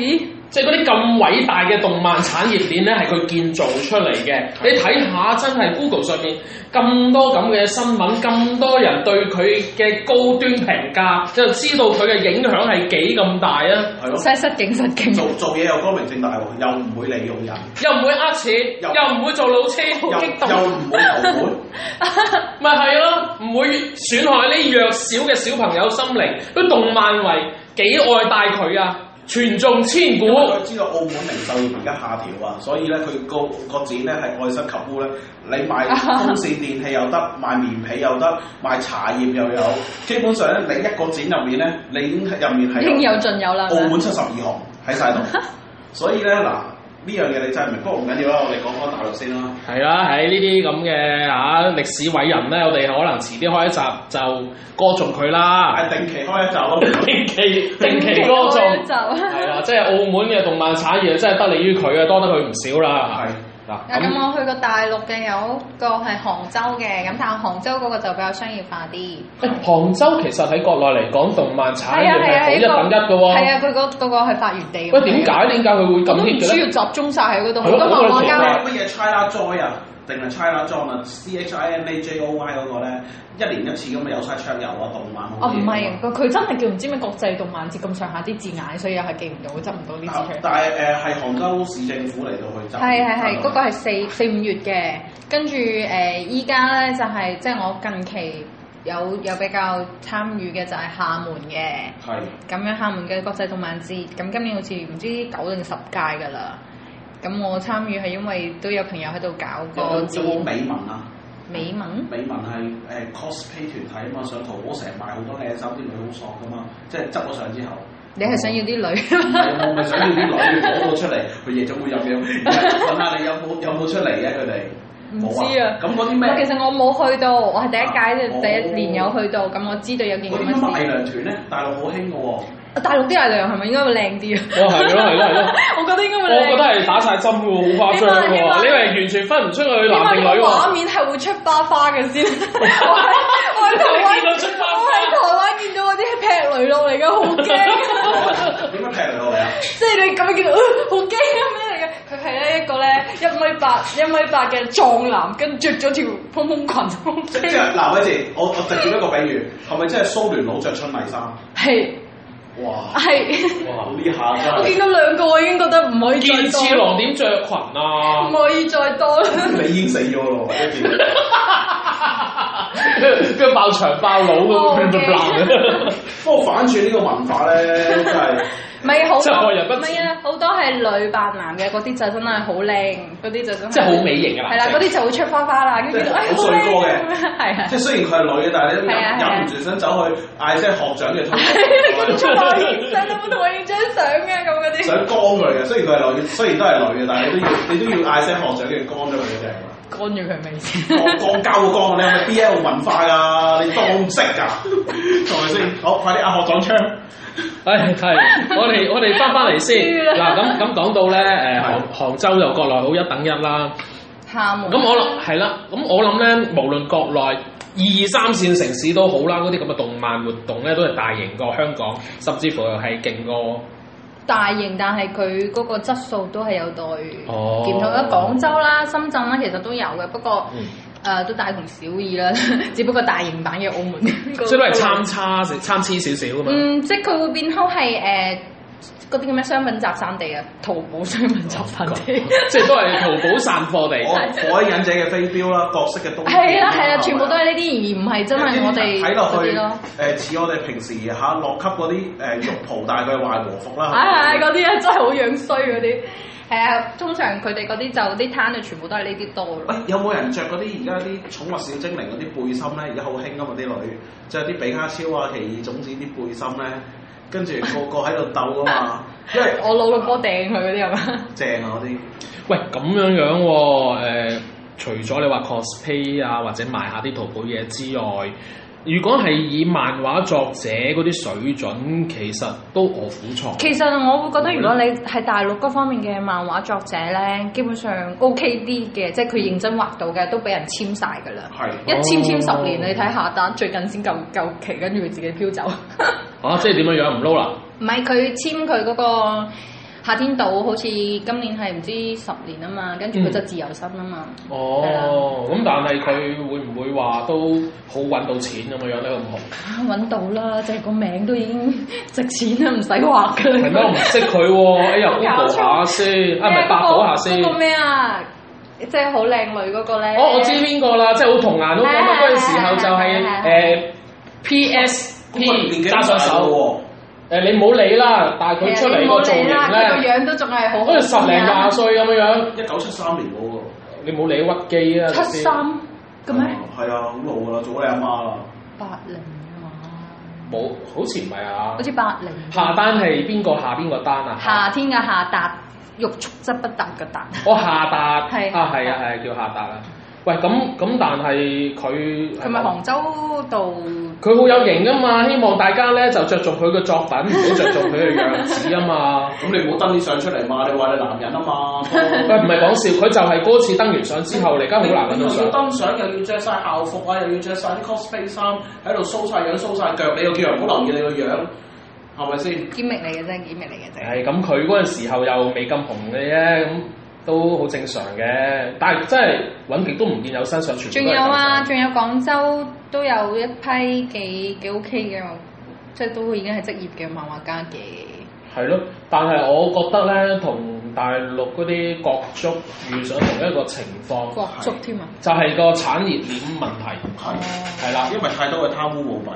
[SPEAKER 1] 即係嗰啲咁偉大嘅動漫產業鏈咧，係佢建造出嚟嘅。你睇下，真係 Google 上面咁多咁嘅新聞，咁多人對佢嘅高端評價，就知道佢嘅影響係幾咁大啊！
[SPEAKER 3] 係咯，
[SPEAKER 4] 失失景失景，
[SPEAKER 3] 做做嘢又光明正大喎，又唔會利用人，
[SPEAKER 1] 又唔會呃錢，
[SPEAKER 3] 又
[SPEAKER 1] 又唔會做老千，
[SPEAKER 3] 又
[SPEAKER 4] 好激動
[SPEAKER 3] 又唔會流本。
[SPEAKER 1] 咪係咯，唔會損害呢弱小嘅小朋友心靈。佢動漫為幾愛戴佢啊！傳頌千古
[SPEAKER 3] 因，為佢知道澳門零售業而家下調啊，所以咧佢個個展咧係愛室及烏咧，你賣風扇電器又得，賣棉被又得，賣茶葉又有，基本上咧你一個展入面咧，你已經入面係
[SPEAKER 4] 應有盡有啦。係咪
[SPEAKER 3] 澳門七十二行喺晒度，所以咧嗱呢樣嘢你真係明，不過唔緊要啦，我哋講翻大陸先啦。
[SPEAKER 1] 係啦，喺呢啲咁嘅嚇歷史偉人咧，我哋可能遲啲開一集就歌頌佢啦，
[SPEAKER 3] 係定期開一集 咯，
[SPEAKER 1] 定期定期歌頌，
[SPEAKER 4] 就。
[SPEAKER 1] 係啦，即係澳門嘅動漫產業真係得利於佢啊，多得佢唔少啦。
[SPEAKER 3] 係
[SPEAKER 1] 嗱
[SPEAKER 2] 啊咁
[SPEAKER 1] 咁
[SPEAKER 2] 我去過大陸嘅有一個係杭州嘅，咁但係杭州嗰個就比較商業化啲。
[SPEAKER 1] 誒杭州其實喺國內嚟講，動漫產業係好
[SPEAKER 2] 係
[SPEAKER 1] 一等一嘅
[SPEAKER 2] 係
[SPEAKER 1] 喎。
[SPEAKER 2] 啊，佢嗰嗰個係發源地。
[SPEAKER 1] 喂，點解點解佢會
[SPEAKER 2] 我
[SPEAKER 1] 咁
[SPEAKER 2] 都唔
[SPEAKER 1] hit 嘅
[SPEAKER 2] 需
[SPEAKER 1] 咧
[SPEAKER 2] 要？集中晒喺嗰度，啊
[SPEAKER 1] 係
[SPEAKER 2] 好
[SPEAKER 1] 咯
[SPEAKER 2] 多漫畫
[SPEAKER 1] 我都係
[SPEAKER 2] 家
[SPEAKER 1] 做
[SPEAKER 3] 乜嘢 China Joy 啊，定係 China John 啊，C H I N A J O Y 嗰個咧，一年一次咁啊，有晒桌遊啊，動漫好
[SPEAKER 2] 哦，
[SPEAKER 3] 嘢
[SPEAKER 2] 唔
[SPEAKER 1] 啊
[SPEAKER 2] 係，佢佢真係叫唔知咩國際動漫節咁上下啲字眼，所以又係記唔到，執唔到啲字出嚟。
[SPEAKER 3] 啊但係誒係杭州市政府嚟到去集，
[SPEAKER 2] 係係
[SPEAKER 1] 啊
[SPEAKER 2] 係，嗰、個
[SPEAKER 3] 係
[SPEAKER 2] 係四四五月嘅，跟住誒依家咧就係、即係我近期有有比較參與嘅就係廈門嘅，咁樣廈門嘅國際動漫節，咁今年好似唔知九定十屆㗎啦。咁我參與係因為都有朋友喺度搞
[SPEAKER 3] 有
[SPEAKER 1] 哦
[SPEAKER 2] 個
[SPEAKER 3] 有
[SPEAKER 2] 展
[SPEAKER 3] 冇美文啊？
[SPEAKER 2] 美文，
[SPEAKER 3] 美文係誒 cosplay 團體啊嘛，上淘寶成日賣好多靚衫，啲女好索噶嘛，即係執咗相之後，
[SPEAKER 2] 你係想要啲
[SPEAKER 3] 唔
[SPEAKER 1] 哦
[SPEAKER 2] 女？
[SPEAKER 3] 係我咪想要啲女攞到出嚟，佢夜總會有嘅，問下你有冇有冇出嚟嘅佢哋？
[SPEAKER 4] 唔
[SPEAKER 3] 冇
[SPEAKER 4] 知啊
[SPEAKER 3] 咁嗰啲
[SPEAKER 2] 我
[SPEAKER 3] 咩
[SPEAKER 2] 其？實我冇去到，我係第一屆
[SPEAKER 3] 哦
[SPEAKER 2] 第一年有去到，咁我知道有件
[SPEAKER 3] 嗰
[SPEAKER 2] 咁
[SPEAKER 1] 哦
[SPEAKER 3] 啲乜
[SPEAKER 2] 嘅
[SPEAKER 3] 藝
[SPEAKER 2] 事。
[SPEAKER 3] 良團咧，大陸好興嘅喎。
[SPEAKER 2] 啊大陸啲藝娘係咪應該會靚啲啊？
[SPEAKER 1] 哇，係咯係咯係咯。
[SPEAKER 2] 我覺得應該會
[SPEAKER 1] 我
[SPEAKER 2] 靚。
[SPEAKER 1] 覺得係打晒針嘅喎，好誇張嘅
[SPEAKER 2] 你話
[SPEAKER 1] 喎，
[SPEAKER 2] 你話
[SPEAKER 1] 你係完全分唔出佢男定
[SPEAKER 2] 點解
[SPEAKER 1] 女
[SPEAKER 2] 呢個畫
[SPEAKER 1] 喎。
[SPEAKER 2] 面係會出花花嘅 先？我喺我
[SPEAKER 1] 你
[SPEAKER 2] 喺台
[SPEAKER 1] 見
[SPEAKER 2] 灣，
[SPEAKER 1] 到出花
[SPEAKER 2] 我喺
[SPEAKER 1] 花，
[SPEAKER 2] 台灣見到嗰啲劈雷落嚟嘅，好 驚！啊
[SPEAKER 1] 哦
[SPEAKER 3] 點解劈落嚟啊？
[SPEAKER 2] 即係你咁樣見到，呃好驚咁樣嚟嘅。佢係咧一個咧一米八一米八嘅壯男，跟住着咗條蓬蓬裙，好
[SPEAKER 3] 即即
[SPEAKER 2] 驚。
[SPEAKER 3] 係嗱，偉姐，我我直接一個比喻，係咪真係蘇聯佬着春麗衫？
[SPEAKER 2] 係
[SPEAKER 3] 哇！
[SPEAKER 2] 係，
[SPEAKER 1] 哇！
[SPEAKER 3] 呢下真
[SPEAKER 2] 我
[SPEAKER 3] 係
[SPEAKER 2] 見到兩個，我已經覺得唔可以
[SPEAKER 1] 健
[SPEAKER 2] 再
[SPEAKER 1] 次
[SPEAKER 2] 多，
[SPEAKER 1] 郎點着裙啊
[SPEAKER 2] 唔？可以再多啦。
[SPEAKER 3] 你已經死咗咯喎，一見到
[SPEAKER 1] 跟住爆長爆佬
[SPEAKER 2] 哦
[SPEAKER 1] 咁樣
[SPEAKER 2] ，OK
[SPEAKER 1] 爛，
[SPEAKER 3] 不過反轉呢個文化咧，真係
[SPEAKER 2] 唔係好
[SPEAKER 1] 即
[SPEAKER 2] 多，
[SPEAKER 1] 係害人不
[SPEAKER 2] 唔
[SPEAKER 1] 淺
[SPEAKER 2] 係啊，好多係女扮男嘅，嗰啲就真係好靚，嗰啲就真係
[SPEAKER 1] 即係好美型嘅啊
[SPEAKER 2] 係啦，
[SPEAKER 1] 男
[SPEAKER 2] 嗰
[SPEAKER 1] 仔。
[SPEAKER 2] 啲就會出花花啦，跟住見到哎
[SPEAKER 3] 好
[SPEAKER 2] 好
[SPEAKER 3] 帥
[SPEAKER 2] 靚
[SPEAKER 3] 哥嘅
[SPEAKER 2] 咁樣係啊
[SPEAKER 3] 即，係雖然佢係女嘅，但係你都
[SPEAKER 2] 係啊係啊
[SPEAKER 3] 忍唔住想走去嗌聲學長嘅
[SPEAKER 2] 跟
[SPEAKER 3] 同
[SPEAKER 2] 住我影相有冇同我影張相啊？咁嗰啲
[SPEAKER 3] 想光佢嘅。雖然佢係女，雖然都係女嘅，但係你都要你都要嗌聲學長嘅光咗佢嘅啫。
[SPEAKER 2] 干咗佢未先？
[SPEAKER 1] 哦
[SPEAKER 3] 光光交個光，你係咪 BL 文化㗎？你當我唔識㗎，係咪先？好，快啲嗌學長槍！
[SPEAKER 1] 唉，係 我哋我哋翻翻嚟先
[SPEAKER 2] 輸
[SPEAKER 1] 嗱，
[SPEAKER 2] 啦
[SPEAKER 1] 咁咁講 到咧，誒
[SPEAKER 3] 係
[SPEAKER 1] 杭杭州就國內好一等一啦。
[SPEAKER 2] 廈門
[SPEAKER 1] 咁我諗係啦，咁我諗咧，無論國內二三線城市都好啦，嗰啲咁嘅動漫活動咧，都係大型過香港，甚至乎係勁過。
[SPEAKER 2] 大型，但係佢嗰個質素都係有待
[SPEAKER 1] 哦
[SPEAKER 2] 檢討啦。廣州啦、深圳啦，其實都有嘅，不過
[SPEAKER 1] 嗯
[SPEAKER 2] 誒都大同小異啦， 只不過大型版嘅澳門嗰個，
[SPEAKER 1] 即係都係參差少參差少少噶嘛。
[SPEAKER 2] 嗯，即係佢會變開係誒嗰啲叫咩商品集散地啊，淘寶商品集散地。
[SPEAKER 1] 即係都係淘寶散貨地。
[SPEAKER 3] 我火影忍者嘅飛鏢啦，角色嘅東
[SPEAKER 2] 係啦係啦，全部都係呢啲，而唔係真係我哋
[SPEAKER 3] 睇落
[SPEAKER 2] 嗰
[SPEAKER 3] 去
[SPEAKER 2] 啲咯。
[SPEAKER 3] 誒似我哋平時啊嚇落級嗰啲誒浴袍，但係佢係壞和服啦。
[SPEAKER 2] 唉，嗰啲啊真係好樣衰嗰啲。係啊，通常佢哋嗰啲就啲攤就全部都係呢啲多
[SPEAKER 3] 喂
[SPEAKER 2] 咯。，
[SPEAKER 3] 有冇人着嗰啲而家啲寵物小精靈嗰啲背心咧？而家好興噶嘛啲女，着啲比卡超啊、奇異種子啲背心咧，跟住個個喺度鬥噶 嘛，因為
[SPEAKER 2] 我老老波掟佢嗰啲係嘛？
[SPEAKER 3] 正啊嗰啲。
[SPEAKER 1] 喂，咁樣樣喎、誒除咗你話 cosplay 啊，或者賣下啲淘寶嘢之外，如果係以漫畫作者嗰啲水準，其實都臥虎藏。
[SPEAKER 2] 其實我會覺得，如果你係大陸嗰方面嘅漫畫作者咧，基本上 OK 啲嘅，即係佢認真畫到嘅，都俾人簽晒㗎
[SPEAKER 5] 哦
[SPEAKER 2] 啦。一
[SPEAKER 3] 係
[SPEAKER 2] 簽簽十年，
[SPEAKER 1] 哦
[SPEAKER 2] 你睇下單，最近先夠夠 期，跟住佢自己飄走。
[SPEAKER 1] 啊，即係點樣樣唔撈啦？
[SPEAKER 2] 唔係佢簽佢嗰個
[SPEAKER 5] 夏天島好似今年係唔知十年啊嘛，跟住
[SPEAKER 2] 嗯
[SPEAKER 5] 佢就自由身啊嘛。
[SPEAKER 1] 哦，咁但係佢會唔會話都好揾到錢咁樣樣咧？咁 紅
[SPEAKER 5] 啊揾到啦，即係個名都已經值錢啦，唔使畫㗎啦。
[SPEAKER 1] 係咩？我唔識佢喎，哎呀
[SPEAKER 5] 搞
[SPEAKER 1] Google
[SPEAKER 5] 錯
[SPEAKER 1] 下先，啊唔
[SPEAKER 5] 咩
[SPEAKER 1] 係百度下
[SPEAKER 5] 嗰個
[SPEAKER 1] 先。
[SPEAKER 5] 嗰個咩啊？即係好靚女嗰個咧。
[SPEAKER 1] 哦，我知邊個啦，即係好童顏嗰個
[SPEAKER 5] 係
[SPEAKER 1] 嘛
[SPEAKER 5] 係
[SPEAKER 1] 嗰陣時候就係
[SPEAKER 5] 係係
[SPEAKER 1] 誒
[SPEAKER 3] 啊
[SPEAKER 1] PSP 加上手。
[SPEAKER 3] 喎，
[SPEAKER 1] 誒你唔好理啦，但
[SPEAKER 5] 啊
[SPEAKER 1] 係佢出嚟個造型
[SPEAKER 5] 佢個
[SPEAKER 1] 咧，
[SPEAKER 5] 樣都仲係啊好
[SPEAKER 1] 好似十零廿歲咁樣樣，
[SPEAKER 3] 一九七三年嗰個。
[SPEAKER 1] 你唔好理屈機啊！
[SPEAKER 5] 七三咁咩？
[SPEAKER 3] 哦？係啊，好老噶啦，早你阿媽啦。
[SPEAKER 5] 八零啊嘛，
[SPEAKER 1] 冇，好似唔係啊
[SPEAKER 5] 好。似八零。
[SPEAKER 1] 下單係邊個下邊個單啊？
[SPEAKER 5] 夏天嘅夏達，欲速則不達嘅 達。
[SPEAKER 1] 我哦下達
[SPEAKER 5] 係
[SPEAKER 1] 啊，係啊，係叫下達啊。喂，咁咁，但係佢
[SPEAKER 5] 佢咪杭州度？
[SPEAKER 1] 佢好有型噶嘛？希望大家咧就着重佢嘅作品，唔 好着重佢嘅樣子啊嘛。
[SPEAKER 3] 咁你唔好登啲相出嚟嘛，你話你男人啊 嘛。
[SPEAKER 1] 喂，唔係講笑，佢就係嗰次登完相之後，你而
[SPEAKER 3] 啊
[SPEAKER 1] 家好難揾到
[SPEAKER 3] 又要
[SPEAKER 1] 相。
[SPEAKER 3] 登相，又要着晒校服啊，又要着晒啲 cosplay 衫，喺度 show 晒樣 show 晒腳，你又叫人唔好留意你個樣，係咪先？
[SPEAKER 5] 揭秘嚟嘅啫，揭秘嚟嘅啫。
[SPEAKER 1] 係咁，佢嗰陣時候又未咁紅嘅啫，咁都好正常嘅。但係真係揾極都唔見有新相，全
[SPEAKER 5] 仲
[SPEAKER 1] 部都係
[SPEAKER 5] 有啊，
[SPEAKER 1] 舊相
[SPEAKER 5] 仲有廣州都有一批幾幾 OK 嘅，即係都已經係職業嘅漫畫家嘅。
[SPEAKER 1] 係咯，但係我覺得咧，同大陸嗰啲國足遇上同一個情況，
[SPEAKER 5] 國足添啊！
[SPEAKER 1] 就係個產業鏈問題。
[SPEAKER 3] 係，
[SPEAKER 1] 係啦，
[SPEAKER 3] 因為太多嘅貪污舞弊。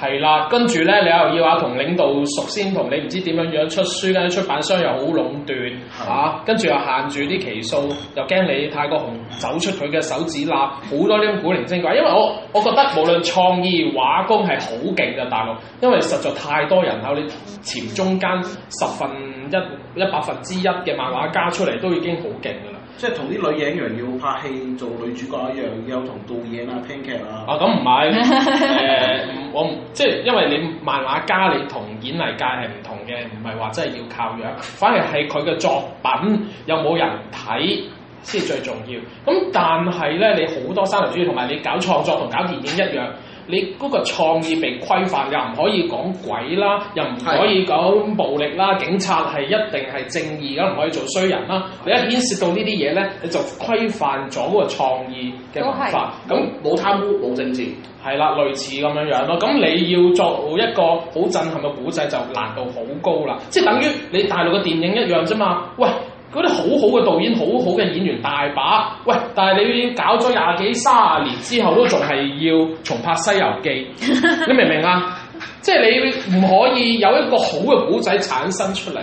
[SPEAKER 1] 係啦，跟住咧，你又要話同領導熟先，同你唔知點樣樣出書咧，出版商又好壟斷
[SPEAKER 3] 係
[SPEAKER 1] 嚇、啊跟住又限住啲期數，又驚你太過紅走出佢嘅手指罅，好多呢種古靈精怪。因為我我覺得無論創意畫工係好勁嘅大陸，因為實在太多人口，你潛中間十分一一百分之一嘅漫畫家出嚟都已經好勁㗎啦。
[SPEAKER 3] 即係同啲女演員要拍戲做女主角一樣，有同導演啊、編劇啊，
[SPEAKER 1] 啊，咁唔係，誒，唔我唔即係因為你漫畫家你同演藝界係唔同嘅，唔係話真係要靠樣，反而係佢嘅作品有冇人睇先最重要。咁但係咧，你好多三流主義同埋你搞創作同搞電影一樣。你嗰個創意被規範，又唔可以講鬼啦，又唔可以講暴力啦，警察係一定係正義㗎，唔可以做衰人啦。你一牽涉到呢啲嘢咧，你就規範咗嗰個創意嘅文化。咁
[SPEAKER 3] 咁冇貪污冇政治，
[SPEAKER 1] 係啦，類似咁樣樣咯。咁你要做一個好震撼嘅古仔，就難度好高啦。即係等於你大陸嘅電影一樣啫嘛。喂，嗰啲好好嘅導演、好好嘅演員大把。喂，但係你搞咗廿幾三十年之後，都仲係要重拍《西遊記》， 你明唔明啊？即係你唔可以有一個好嘅古仔產生出嚟。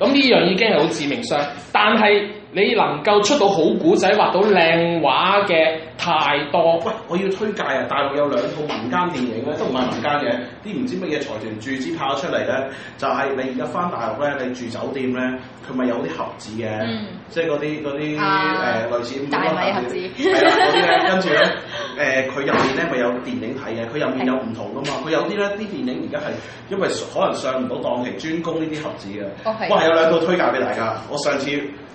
[SPEAKER 1] 咁呢樣已經係好致命傷，但係你能夠出到好古仔，畫到靚畫嘅太多。
[SPEAKER 3] 喂，我要推介啊！大陸有兩套民間電影啊咧，都唔係民間嘅，啲唔知乜嘢財團注資拍咗出嚟咧，就係、你而家翻大陸咧，你住酒店咧，佢咪有啲盒子嘅，
[SPEAKER 5] 嗯
[SPEAKER 3] 即係嗰啲嗰啲
[SPEAKER 5] 啊
[SPEAKER 3] 誒類似
[SPEAKER 5] 大米盒子
[SPEAKER 3] 係啦嗰啲咧，跟住咧誒佢入面咧咪有電影睇嘅，佢入面有唔同噶嘛，佢有啲咧啲電影而家係因為可能上唔到檔期，專攻呢啲盒子嘅。
[SPEAKER 5] 哦係
[SPEAKER 3] 哇，有兩套推介俾大家，我上次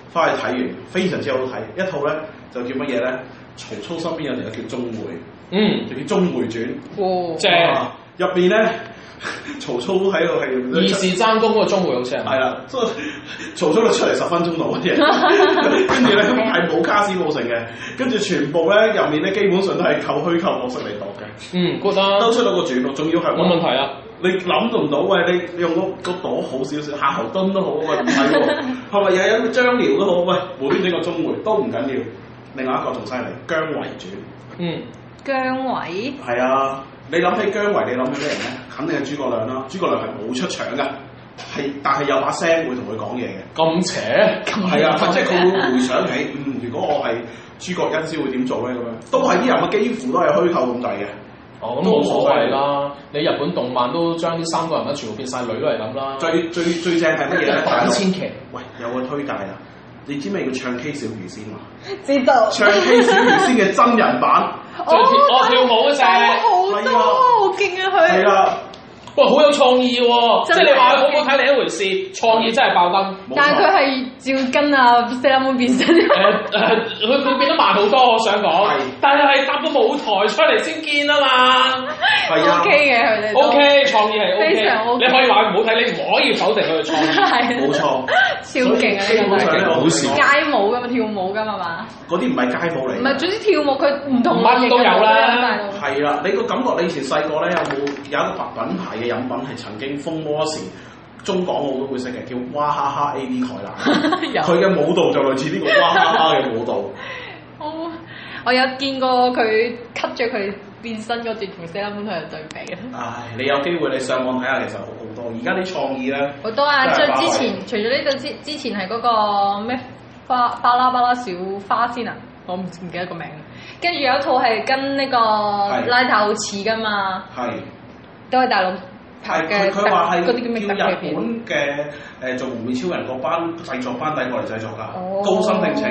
[SPEAKER 3] 翻去睇完，非常之好睇。一套咧就叫乜嘢咧？曹操身邊有條友叫鍾會，
[SPEAKER 1] 嗯。
[SPEAKER 3] 就叫《鍾會傳
[SPEAKER 5] 哇！
[SPEAKER 1] 即》係
[SPEAKER 3] 哇。入邊咧， 曹操喺度
[SPEAKER 1] 二
[SPEAKER 3] 係
[SPEAKER 1] 是爭功嗰個鐘會好似
[SPEAKER 3] 係
[SPEAKER 1] 係，
[SPEAKER 3] 啦，即係曹操就出嚟十分鐘度嘅嘢，跟住咧係冇卡士冇成嘅，跟住全部咧入面咧基本上都係靠虛構角色嚟度嘅，
[SPEAKER 1] 嗯，good 啊，
[SPEAKER 3] 兜出到個主角，仲要係
[SPEAKER 1] 冇問題啊。
[SPEAKER 3] 你諗都唔到，喂！你你用個個朵好少少，夏侯惇都好，喂唔係喎，係咪又有張遼都好，喂無端端個鍾會都唔緊要。另外一個仲犀利，姜維傳，
[SPEAKER 1] 嗯，
[SPEAKER 5] 姜偉
[SPEAKER 3] 係啊！你諗起姜維，你諗起咩人咧？肯定係諸葛亮啦，諸葛亮係冇出場㗎，係但係有把聲會同佢講嘢嘅，
[SPEAKER 1] 咁邪，
[SPEAKER 2] 嗯
[SPEAKER 3] 係啊，即係佢會回想起，嗯，如果我係諸葛恩師會點做咧咁樣，都係啲人物幾乎都係虛構咁滯嘅。
[SPEAKER 1] 哦咁冇所謂啦。你日本動漫都將呢三個人物全部變晒女都係咁
[SPEAKER 2] 啊
[SPEAKER 1] 啦。
[SPEAKER 3] 最最最正係乜嘢咧？大
[SPEAKER 1] 反
[SPEAKER 3] 陸
[SPEAKER 1] 千祈，
[SPEAKER 3] 喂有個推介啊！你知咩叫唱 K 小魚仙嘛？
[SPEAKER 5] 知道
[SPEAKER 3] 唱 K 小魚仙嘅真人版
[SPEAKER 5] 哦
[SPEAKER 1] 哦最跳我跳舞嗰
[SPEAKER 5] 真係
[SPEAKER 1] 隻，
[SPEAKER 5] 好多，好勁啊佢！
[SPEAKER 3] 係啦，
[SPEAKER 1] 哇，好有創意喎！即
[SPEAKER 6] 真係
[SPEAKER 1] 係你話好好睇另一回事，創意真係爆燈。
[SPEAKER 3] 冇
[SPEAKER 2] 但係
[SPEAKER 3] 錯
[SPEAKER 2] 佢係照跟啊 s e l m 變身，
[SPEAKER 1] 誒誒，佢佢變得慢好多，我想講
[SPEAKER 3] 係。
[SPEAKER 1] 但係係搭個舞台出嚟先見啊嘛。
[SPEAKER 3] 係啊
[SPEAKER 2] O K 嘅佢哋都
[SPEAKER 1] O K，創意係 O
[SPEAKER 2] 非常
[SPEAKER 1] K，
[SPEAKER 2] OK
[SPEAKER 1] 你可以話佢唔好睇，你唔可以否定佢嘅創 意。
[SPEAKER 2] 係啊
[SPEAKER 3] 冇錯，
[SPEAKER 2] 超勁啊！
[SPEAKER 3] 所以
[SPEAKER 2] 呢
[SPEAKER 3] 基
[SPEAKER 2] 個
[SPEAKER 3] 本
[SPEAKER 2] 真
[SPEAKER 3] 上
[SPEAKER 2] 係
[SPEAKER 3] 咧，
[SPEAKER 1] 好
[SPEAKER 3] 我
[SPEAKER 1] 事
[SPEAKER 2] 街舞噶嘛，跳舞噶嘛嘛，
[SPEAKER 3] 嗰啲唔係啊街舞
[SPEAKER 2] 唔
[SPEAKER 3] 嚟
[SPEAKER 2] 係
[SPEAKER 3] 嘅，
[SPEAKER 2] 總之跳舞佢唔同
[SPEAKER 1] 乜
[SPEAKER 2] 類型嘅啊
[SPEAKER 1] 都有
[SPEAKER 2] 舞
[SPEAKER 1] 啦
[SPEAKER 2] 都有大佬
[SPEAKER 3] 係啦。你個感覺，你以前細個咧有冇有一個品牌嘅飲品係曾經風魔時中港澳都會識嘅，叫娃哈哈 A B 凱蘭。
[SPEAKER 2] 有
[SPEAKER 3] 佢嘅舞蹈就類似呢個娃哈哈嘅 舞蹈，
[SPEAKER 2] 我我有見過佢 cut 咗佢變身嗰段同 s e l m 佢有對比啊，
[SPEAKER 3] 唉，你有機會你上網睇下，其實好好多。而家啲創意咧，
[SPEAKER 2] 好多啊！
[SPEAKER 3] 真
[SPEAKER 2] 最
[SPEAKER 3] 係
[SPEAKER 2] 之
[SPEAKER 3] 巴閉
[SPEAKER 2] 前除咗呢度之之前係嗰個咩花巴拉巴拉小花仙啊，我唔唔記得個名。跟住有一套係跟呢個拉豆似噶嘛，
[SPEAKER 3] 係
[SPEAKER 2] 都係大陸拍
[SPEAKER 3] 係
[SPEAKER 2] 嘅
[SPEAKER 3] 佢
[SPEAKER 2] 特
[SPEAKER 3] 佢話係
[SPEAKER 2] 嗰啲叫咩特
[SPEAKER 3] 叫日
[SPEAKER 2] 技片？
[SPEAKER 3] 本嘅誒、做幪面超人嗰班製作班底過嚟製作㗎，
[SPEAKER 2] 哦
[SPEAKER 3] 高薪聘請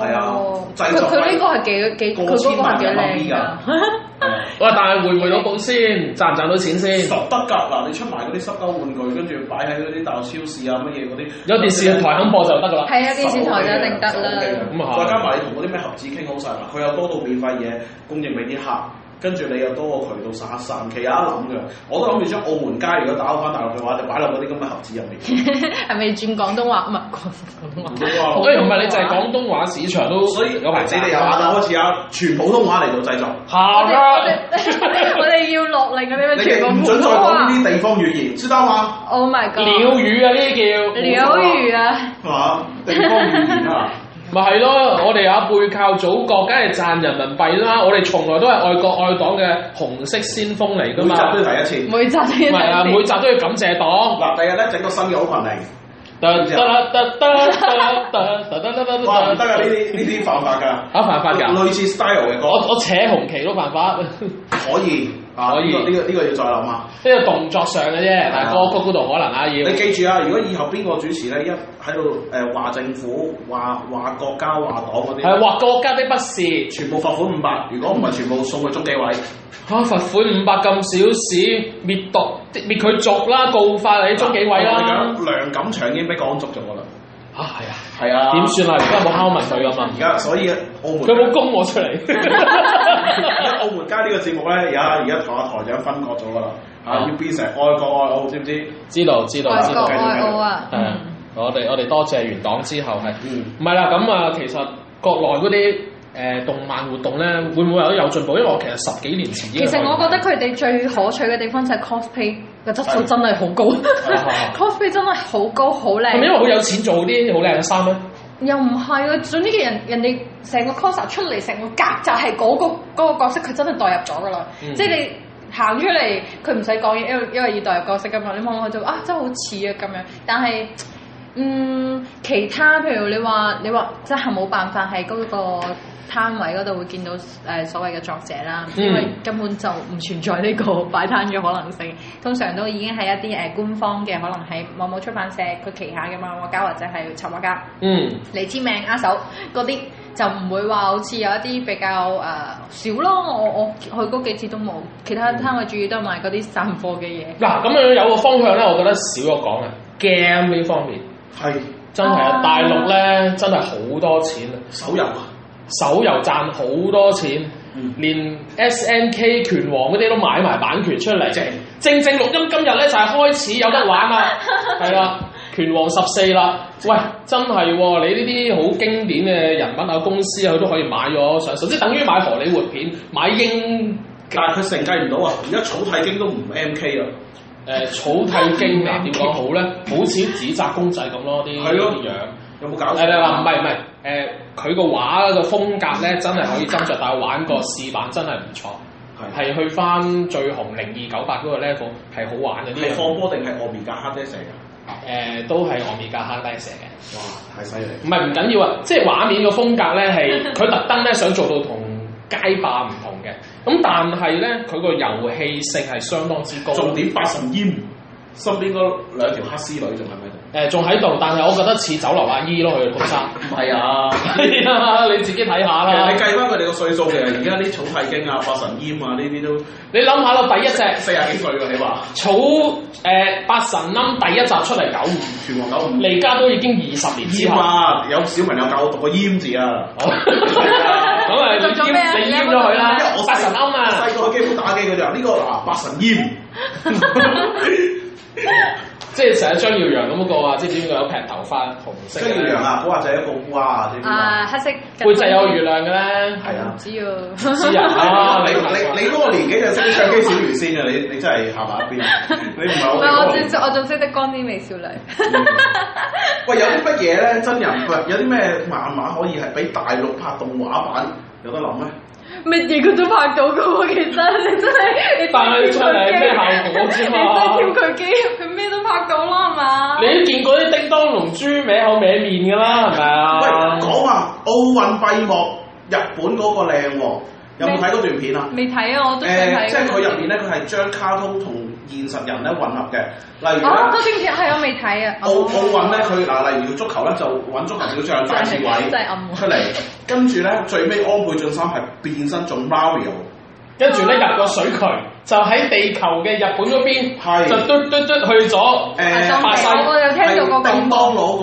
[SPEAKER 3] 係啊，製
[SPEAKER 2] 佢
[SPEAKER 3] 作
[SPEAKER 2] 佢呢個係幾幾佢
[SPEAKER 3] 過
[SPEAKER 2] 嗰
[SPEAKER 3] 千
[SPEAKER 2] 個係
[SPEAKER 3] 萬
[SPEAKER 2] 幾
[SPEAKER 3] 人
[SPEAKER 2] 靚
[SPEAKER 3] 民
[SPEAKER 2] 㗎
[SPEAKER 3] 幣㗎。
[SPEAKER 2] 嗯
[SPEAKER 3] 係啊
[SPEAKER 1] 喂，但係回唔回到本先，賺唔賺到錢先？
[SPEAKER 3] 實得㗎嗱，你出埋嗰啲濕鳩玩具，跟住擺喺嗰啲大陸超市啊乜嘢嗰啲，
[SPEAKER 1] 有電視台肯播就得㗎啦。
[SPEAKER 2] 係啊，電視台就一定得啦。
[SPEAKER 1] 咁啊係
[SPEAKER 3] 再加埋你同嗰啲咩合資傾好晒啦，佢又多到免費嘢供應俾啲客，跟住你又多個渠道殺散，其實一諗嘅，我都諗住將澳門街如果打翻大陸嘅話，就擺落嗰啲咁嘅盒子入面。
[SPEAKER 2] 係咪轉廣東話？唔係廣東
[SPEAKER 3] 啊
[SPEAKER 2] 話。
[SPEAKER 3] 哇
[SPEAKER 1] 所以唔係你就係廣東話市場都
[SPEAKER 3] 所以
[SPEAKER 1] 有排啊
[SPEAKER 3] 你哋由晏晝開始啊，全普通話嚟到製作，
[SPEAKER 1] 下
[SPEAKER 2] 我哋
[SPEAKER 1] 啦
[SPEAKER 2] 我。哋我哋要落啊令嗰啲
[SPEAKER 3] 你
[SPEAKER 2] 咩
[SPEAKER 3] 哋
[SPEAKER 2] 全
[SPEAKER 3] 唔
[SPEAKER 2] 部
[SPEAKER 3] 准
[SPEAKER 2] 普
[SPEAKER 3] 再
[SPEAKER 2] 通
[SPEAKER 3] 講呢
[SPEAKER 2] 話。
[SPEAKER 3] 啲地方語言，知道嗎？
[SPEAKER 2] Oh my god！
[SPEAKER 1] 鳥語啊，呢啲叫。
[SPEAKER 2] 鳥語啊！
[SPEAKER 3] 係嘛？地方語言啊，
[SPEAKER 1] 咪係咯，我哋阿背靠祖國，梗係賺人民幣啦！我哋從來都係愛國愛黨嘅紅色先鋒嚟
[SPEAKER 3] 每
[SPEAKER 1] 噶
[SPEAKER 3] 集
[SPEAKER 1] 嘛
[SPEAKER 3] 都。要提一次。
[SPEAKER 2] 每集都
[SPEAKER 1] 唔
[SPEAKER 2] 要
[SPEAKER 1] 係啊，每
[SPEAKER 2] 睇
[SPEAKER 1] 集都要感謝黨。
[SPEAKER 3] 嗱，第日咧整個新嘅 opening，
[SPEAKER 1] 得得得得得得得得得
[SPEAKER 3] 哇唔得啊！呢啲呢啲犯法㗎，
[SPEAKER 1] 啊犯法㗎！
[SPEAKER 3] 類似 style 嘅
[SPEAKER 1] 我
[SPEAKER 3] 歌
[SPEAKER 1] 我扯紅旗都犯法，呢
[SPEAKER 3] 可以啊，
[SPEAKER 1] 可以
[SPEAKER 3] 呢個呢個呢個要再諗下。
[SPEAKER 1] 個動作上嘅啫，但係歌曲嗰度可能啊要
[SPEAKER 3] 你。記住啊，如果以後邊個主持咧一喺度誒話政府、話話國家、話黨嗰
[SPEAKER 1] 係啊
[SPEAKER 3] 啲，
[SPEAKER 1] 話國家的不是。
[SPEAKER 3] 全部罰款五百，如果唔係全部送去中紀委。
[SPEAKER 1] 嚇、罰款五百咁小事，滅毒滅佢族啦，告發你中紀委啦。
[SPEAKER 3] 我哋而家梁錦祥已經俾港足咗啦。
[SPEAKER 1] 嚇係啊，
[SPEAKER 3] 係啊
[SPEAKER 1] 點算啊？而家有冇敲問佢咁啊
[SPEAKER 3] 而？家所以澳門
[SPEAKER 1] 佢有 冇供我出嚟？
[SPEAKER 3] 而家澳門街呢個節目咧，而家而家同阿台長分割咗噶啦，嚇
[SPEAKER 1] 啊
[SPEAKER 3] 要變成愛國愛澳，知唔知？
[SPEAKER 1] 知道知道
[SPEAKER 2] 愛
[SPEAKER 1] 知
[SPEAKER 2] 國
[SPEAKER 1] 道，係
[SPEAKER 2] 愛澳啊！
[SPEAKER 1] 啊
[SPEAKER 2] 嗯，
[SPEAKER 1] 我哋我哋多謝完黨之後係，
[SPEAKER 3] 嗯，
[SPEAKER 1] 唔係啦？咁啊，其實國內嗰啲誒動漫活動咧，會唔會有有進步？因為我其實十幾年前已經
[SPEAKER 2] 其實我
[SPEAKER 1] 開始
[SPEAKER 2] 覺得佢哋最可取嘅地方就係 cosplay 個質素真係好高
[SPEAKER 1] 係啊
[SPEAKER 2] ，cosplay 真係好高好
[SPEAKER 1] 係咪因
[SPEAKER 2] 靚，
[SPEAKER 1] 為好有錢做啲好靚嘅衫咧？
[SPEAKER 2] 又唔係啊！總之嘅人人哋成個 coser 出嚟，成個格就係嗰、個嗰個角色，佢真係代入咗噶啦，
[SPEAKER 1] 嗯
[SPEAKER 2] 即係你。行出嚟，佢唔使講嘢，因為因為要代入角色噶嘛，你望落去就啊，真係好似啊咁樣。但係，嗯，其他譬如你話你話，真係冇辦法喺嗰個攤位嗰度會見到誒、呃所謂嘅作者啦，
[SPEAKER 1] 嗯
[SPEAKER 2] 因為根本就唔存在呢個擺攤嘅可能性。通常都已經係一啲誒、呃官方嘅，可能係某某出版社佢旗下嘅漫畫家或者係插畫家。
[SPEAKER 1] 嗯，
[SPEAKER 2] 你簽名握手嗰啲就唔會話好似有一啲比較誒、呃少咯，我我去嗰幾次都冇，其他
[SPEAKER 1] 嗯
[SPEAKER 2] 攤位主要都係賣嗰啲散貨嘅嘢。
[SPEAKER 1] 嗱咁樣有個方向咧，我覺得少咗講嘅啊 game 呢方面。
[SPEAKER 3] 係
[SPEAKER 1] 真係啊！
[SPEAKER 2] 啊
[SPEAKER 1] 大陸咧真係好多錢啊，
[SPEAKER 3] 手遊啊，
[SPEAKER 1] 手遊賺好多錢，
[SPEAKER 3] 嗯
[SPEAKER 1] 連 SNK 拳王嗰啲都買埋版權出嚟。
[SPEAKER 3] 正
[SPEAKER 1] 正正錄音今日咧就係、開始有得玩 啦，係啦，拳王十四啦。喂，真係喎、你呢啲好經典嘅人物啊、公司啊，佢都可以買咗上手，即係等於買荷里活片、買英
[SPEAKER 3] 但係佢承繼唔到啊！而家草剃經都唔 M K 啊，
[SPEAKER 1] 誒、草剃經 啊，點講好咧？好似紙紮公仔咁咯，啲
[SPEAKER 3] 係咯
[SPEAKER 1] 啲樣。
[SPEAKER 3] 有冇搞錯？
[SPEAKER 1] 誒嗱，唔係唔係，誒佢個畫個風格咧，真係可以斟酌，但係玩過試版真係唔錯，
[SPEAKER 3] 係
[SPEAKER 1] 係去翻最紅零二九八嗰個 level 係好玩嘅呢樣
[SPEAKER 3] 係放波定係外面架黑爹成啊？
[SPEAKER 1] 誒都係我面架坑低寫嘅，
[SPEAKER 3] 哇！太犀利！
[SPEAKER 1] 唔係唔緊要啊，即係畫面個風格咧係佢特登咧想做到同街霸唔同嘅，咁但係咧佢個遊戲性係相當之高。
[SPEAKER 3] 重點八神煙，身邊嗰兩條黑絲女仲喺咪度？
[SPEAKER 1] 誒仲喺度，但係我覺得似酒樓阿姨咯，佢嘅套衫。
[SPEAKER 3] 唔係啊，
[SPEAKER 1] 係啊，你自己睇下
[SPEAKER 3] 其實
[SPEAKER 1] 啦
[SPEAKER 3] 你。計翻佢哋個歲數，其實而家啲草太經啊、八神煙啊呢啲都
[SPEAKER 1] 你諗下啦，第一隻
[SPEAKER 3] 四廿幾歲㗎，你話
[SPEAKER 1] 草誒八神冧第一集出嚟九五，
[SPEAKER 3] 全黃狗唔
[SPEAKER 1] 嚟家都已經二十年之
[SPEAKER 3] 煙
[SPEAKER 1] 後。
[SPEAKER 3] 啊，有小朋友教我讀個煙字啊。
[SPEAKER 1] 好 咁啊，你
[SPEAKER 2] 做咗
[SPEAKER 1] 閹
[SPEAKER 2] 咩啊
[SPEAKER 1] 你閹
[SPEAKER 2] 你有冇
[SPEAKER 1] 咗佢啦
[SPEAKER 2] 做
[SPEAKER 3] 因為哎我，細
[SPEAKER 1] 八神庵啊！
[SPEAKER 3] 細個去機鋪打機佢就話呢個嗱八神煙，
[SPEAKER 1] 即係成日張耀揚咁嗰個啊，知唔知邊個有劈頭髮紅色
[SPEAKER 3] 跟
[SPEAKER 1] 嘅
[SPEAKER 3] 住
[SPEAKER 1] 咧？
[SPEAKER 3] 羊啊，嗰下就係一個烏鴉啊，知唔知啊？
[SPEAKER 2] 啊，黑色
[SPEAKER 1] 背脊嗯有個月亮嘅咧，
[SPEAKER 3] 係
[SPEAKER 2] 唔
[SPEAKER 3] 啊，
[SPEAKER 2] 知喎，
[SPEAKER 1] 知 啊，啊
[SPEAKER 3] 你你你嗰個年紀就識得唱機小魚仙啊！你你真係下 巴一邊，你唔係
[SPEAKER 2] 唔
[SPEAKER 3] 我哋
[SPEAKER 2] 係 我
[SPEAKER 3] 嗰個年
[SPEAKER 2] 仲
[SPEAKER 3] 紀
[SPEAKER 2] 我仲識得光之美少女，
[SPEAKER 3] 喂，有啲乜嘢咧？真人喂，有啲咩漫畫可以係俾大陸拍動畫版有得諗咧？
[SPEAKER 2] 乜嘢佢都拍到嘅喎，其實你真係你
[SPEAKER 1] 但係出嚟咩效果
[SPEAKER 2] 你
[SPEAKER 1] 啫
[SPEAKER 2] 真
[SPEAKER 1] 嘛
[SPEAKER 2] 係？跳佢機，佢咩都拍到啦，係嘛？
[SPEAKER 1] 你都見過啲叮當龍珠歪口歪面㗎啦，係咪
[SPEAKER 3] 喂，
[SPEAKER 1] 啊？
[SPEAKER 3] 講話奧運閉幕，日本嗰個靚喎，有冇睇嗰段片啊？
[SPEAKER 2] 未睇啊，我
[SPEAKER 3] 誒、
[SPEAKER 2] 都想睇。
[SPEAKER 3] 即係佢入面咧，佢係將卡通同現實人咧混合嘅。例如咧，
[SPEAKER 2] 哦，嗰段片係我未睇啊。
[SPEAKER 3] 奧奧運咧，佢嗱，例如足球咧，就揾足球小將戴志
[SPEAKER 2] 真係暗
[SPEAKER 3] 偉
[SPEAKER 2] 喎
[SPEAKER 3] 出嚟，跟住咧最尾安倍晉三係變身做 Mario，
[SPEAKER 1] 跟住咧入個水渠，就喺地球嘅日本嗰邊，
[SPEAKER 3] 係
[SPEAKER 1] 就嘟嘟嘟去咗。
[SPEAKER 3] 誒
[SPEAKER 1] 發誓
[SPEAKER 2] 我有啊聽到個廣
[SPEAKER 3] 叮當
[SPEAKER 2] 播。
[SPEAKER 3] 攞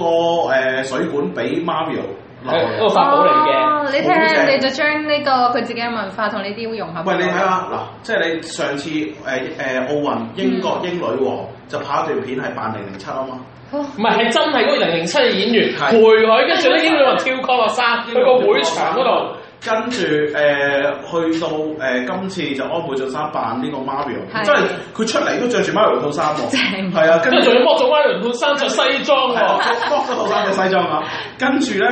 [SPEAKER 3] 個誒水管俾 Mario 流
[SPEAKER 1] 嗰個
[SPEAKER 3] 嘅。
[SPEAKER 1] 法寶嚟嘅，
[SPEAKER 2] 哦你聽
[SPEAKER 3] 好正
[SPEAKER 2] 你就將呢個佢自己嘅文化同呢啲融合。
[SPEAKER 3] 喂，你睇下嗱，即係你上次誒誒奧運英國
[SPEAKER 2] 嗯
[SPEAKER 3] 英女王就拍一段片係扮零零七啊嘛，
[SPEAKER 2] 哦。
[SPEAKER 1] 唔係係真係嗰個零零七嘅演員
[SPEAKER 3] 係
[SPEAKER 1] 陪佢，跟住咧英女王跳降落山去個會場嗰度。
[SPEAKER 3] 跟住誒、呃去到誒、呃今次就安倍晉三扮呢個 Mario，
[SPEAKER 2] 係
[SPEAKER 3] 真係佢出嚟都着住 Mario 套衫喎，
[SPEAKER 2] 正
[SPEAKER 3] 係啊，跟
[SPEAKER 1] 跟
[SPEAKER 3] 住
[SPEAKER 1] 住仲要剝咗威廉盤衫着西裝
[SPEAKER 3] 係啊
[SPEAKER 1] 喎，
[SPEAKER 3] 剝咗套衫嘅西裝啊，跟住咧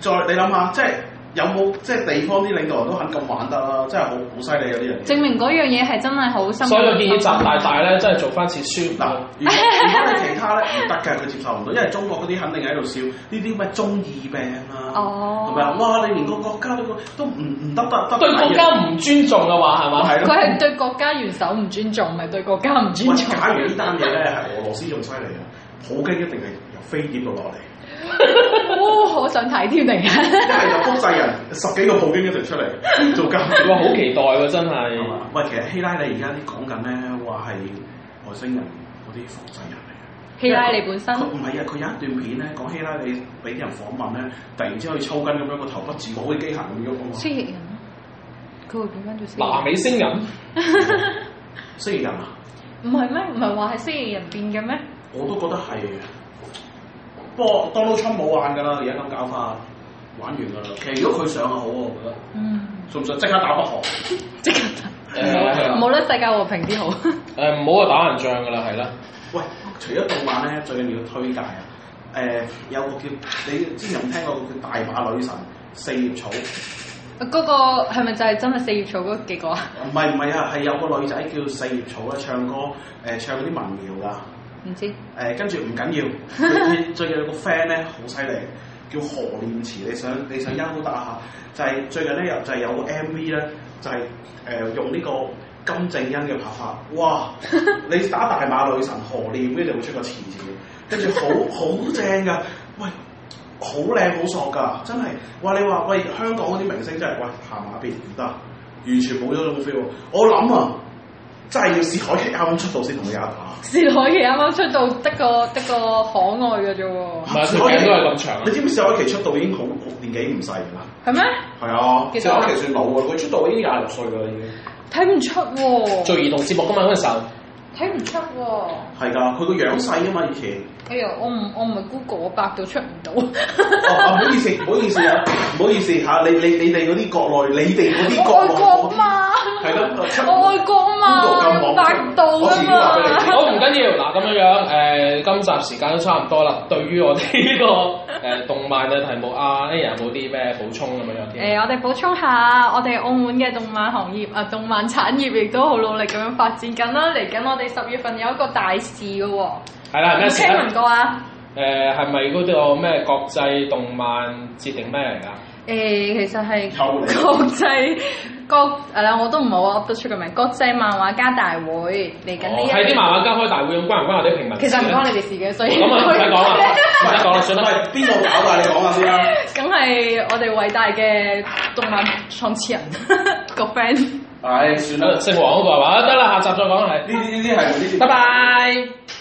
[SPEAKER 3] 再你諗下，即係有冇即係地方啲領導人都肯咁玩得啦，真係好好犀利啊呢樣嘢。
[SPEAKER 2] 證明嗰樣嘢係真係好深。
[SPEAKER 1] 所以我建議習大大咧，真係做翻次孫
[SPEAKER 3] 嗱，如果如 果你其他咧唔得嘅，佢接受唔到，因為中國嗰啲肯定喺度笑呢啲咩中二病啊，
[SPEAKER 2] 哦
[SPEAKER 3] 同埋哇你連個國家都都唔唔得得得
[SPEAKER 1] 對國家唔尊重嘅話係嘛？
[SPEAKER 3] 係
[SPEAKER 2] 佢
[SPEAKER 3] 咯。
[SPEAKER 2] 係對國家元首唔尊重，唔係對國家唔
[SPEAKER 3] 喂
[SPEAKER 2] 尊 重。
[SPEAKER 3] 假如呢單嘢咧係俄羅斯仲犀利啊，普京一定係由飛碟度落嚟，
[SPEAKER 2] 哦，好想睇添嚟
[SPEAKER 3] 一係就複製人十幾個普京一齊出嚟做監
[SPEAKER 1] 哇，好期待喎，真
[SPEAKER 3] 係
[SPEAKER 1] 係。
[SPEAKER 3] 嘛喂，其實希拉里而家啲講緊咧話係外星人嗰啲複製人嚟嘅。
[SPEAKER 2] 希拉里本身
[SPEAKER 3] 佢唔係啊！佢有一段片咧講希拉里俾啲人訪問咧，突然之間好似抽筋咁樣個頭不自覺，好似機械咁喐啊嘛。
[SPEAKER 2] 蜥蜴人咯，佢會變翻做蜥蜴
[SPEAKER 1] 南
[SPEAKER 2] 人。
[SPEAKER 1] 美星人，
[SPEAKER 3] 蜥蜴人啊，
[SPEAKER 2] 唔係咩？唔係話係蜥蜴人變嘅咩？
[SPEAKER 3] 我都覺得係嘅。不過 Donald Trump 冇玩㗎啦，而家咁搞法，玩完㗎啦。其實如果佢上啊好啊，我覺得。
[SPEAKER 2] 嗯，
[SPEAKER 3] 信唔信即刻打北韓？ 啊
[SPEAKER 2] 即刻
[SPEAKER 1] 誒
[SPEAKER 2] 冇得世界和平啲好。
[SPEAKER 1] 誒唔好話打人仗㗎啦，係啦。
[SPEAKER 3] 喂，除咗動漫咧，最緊要推介啊！誒、有個叫你之前有冇聽過個叫大馬女神四葉草？
[SPEAKER 2] 嗰個係咪就係真係四葉草嗰幾個啊？
[SPEAKER 3] 唔係唔係啊，係有個女仔叫四葉草咧，唱歌誒、唱嗰啲民謠㗎。
[SPEAKER 2] 唔知
[SPEAKER 3] 誒跟住唔緊要，佢最近有個 friend 咧好犀利，叫何念慈，你想你想休打下，就係、最近咧又就係、有個 MV 咧，就係、誒、用呢個金正恩嘅拍法，哇！你打大馬女神何念，跟住會出個詞字，跟住好 好正噶，喂！好靚好索㗎，真係！哇！你話喂香港嗰啲明星真係喂行馬邊唔得，完全冇咗種 feel 喎。我諗啊，真係要試海琪啱啱出道先同佢有得打。
[SPEAKER 2] 薛凱琪啱啱出道，得個得個可愛嘅啫
[SPEAKER 1] 唔
[SPEAKER 2] 喎，
[SPEAKER 1] 係條頸都係咁長
[SPEAKER 3] 你。知唔知謝凱琪出道已經好年紀唔細㗎啦？
[SPEAKER 2] 係咩？
[SPEAKER 3] 係啊，
[SPEAKER 2] 其實
[SPEAKER 3] 謝凱琪算老㗎，佢出道已經廿六歲㗎啦已經。
[SPEAKER 2] 睇唔出喎，
[SPEAKER 1] 做兒童節目㗎嘛嗰陣時候，
[SPEAKER 2] 睇唔出喎。
[SPEAKER 3] 係㗎，佢個樣細啊嘛以前。
[SPEAKER 2] 哎呀，我唔我唔係 Google，我百度出唔到。
[SPEAKER 3] 哦，啊唔好意思，唔好意思啊，唔好意思嚇，你你你哋嗰啲國內，你哋嗰啲國內
[SPEAKER 2] 我愛
[SPEAKER 3] 嗰
[SPEAKER 2] 國
[SPEAKER 3] 啲。
[SPEAKER 2] 嘛，
[SPEAKER 3] 係咯，出
[SPEAKER 2] 我愛國嘛，
[SPEAKER 3] Google 咁
[SPEAKER 2] 我
[SPEAKER 3] 忙
[SPEAKER 2] 百度
[SPEAKER 3] 我
[SPEAKER 2] 啊
[SPEAKER 3] 遲啲話俾你知
[SPEAKER 2] 嘛。
[SPEAKER 1] 好唔緊要。嗱咁樣樣誒，今集時間都差唔多啦。對於我哋呢個誒動漫嘅題目啊，A 有冇啲咩補充咁樣樣
[SPEAKER 2] 誒、
[SPEAKER 1] 添？
[SPEAKER 2] 我哋補充下，我哋澳門嘅動漫行業啊，動漫產業亦都好努力咁樣發展緊啦。嚟緊我哋十月份有一個大事嘅喎、
[SPEAKER 1] 係啦，咩
[SPEAKER 2] 有冇
[SPEAKER 1] 事
[SPEAKER 2] 聽
[SPEAKER 1] 咧？
[SPEAKER 2] 聞過啊？
[SPEAKER 1] 誒係咪嗰個咩國際動漫節定咩嚟㗎？
[SPEAKER 2] 誒、其實係
[SPEAKER 3] 又嚟
[SPEAKER 2] 國際國誒、啦，我都唔好噏得出個名。國際漫畫家大會嚟緊呢
[SPEAKER 1] 哦係啲
[SPEAKER 2] 一，
[SPEAKER 1] 漫畫家開大會咁，關唔關我哋平民事
[SPEAKER 2] 其
[SPEAKER 1] 咧？
[SPEAKER 2] 實唔關你哋事嘅，所以
[SPEAKER 1] 咁啊唔使講啦。唔使講啦，算
[SPEAKER 3] 唔
[SPEAKER 1] 啦。
[SPEAKER 3] 係邊個搞㗎？你講下先啊啦。
[SPEAKER 2] 梗係我哋偉大嘅動漫創始人 個 friend。
[SPEAKER 3] 唉，算啦，
[SPEAKER 1] 食黃嗰個係嘛？得啦，下集再講係。
[SPEAKER 3] 呢啲呢啲係呢啲。
[SPEAKER 1] 拜拜。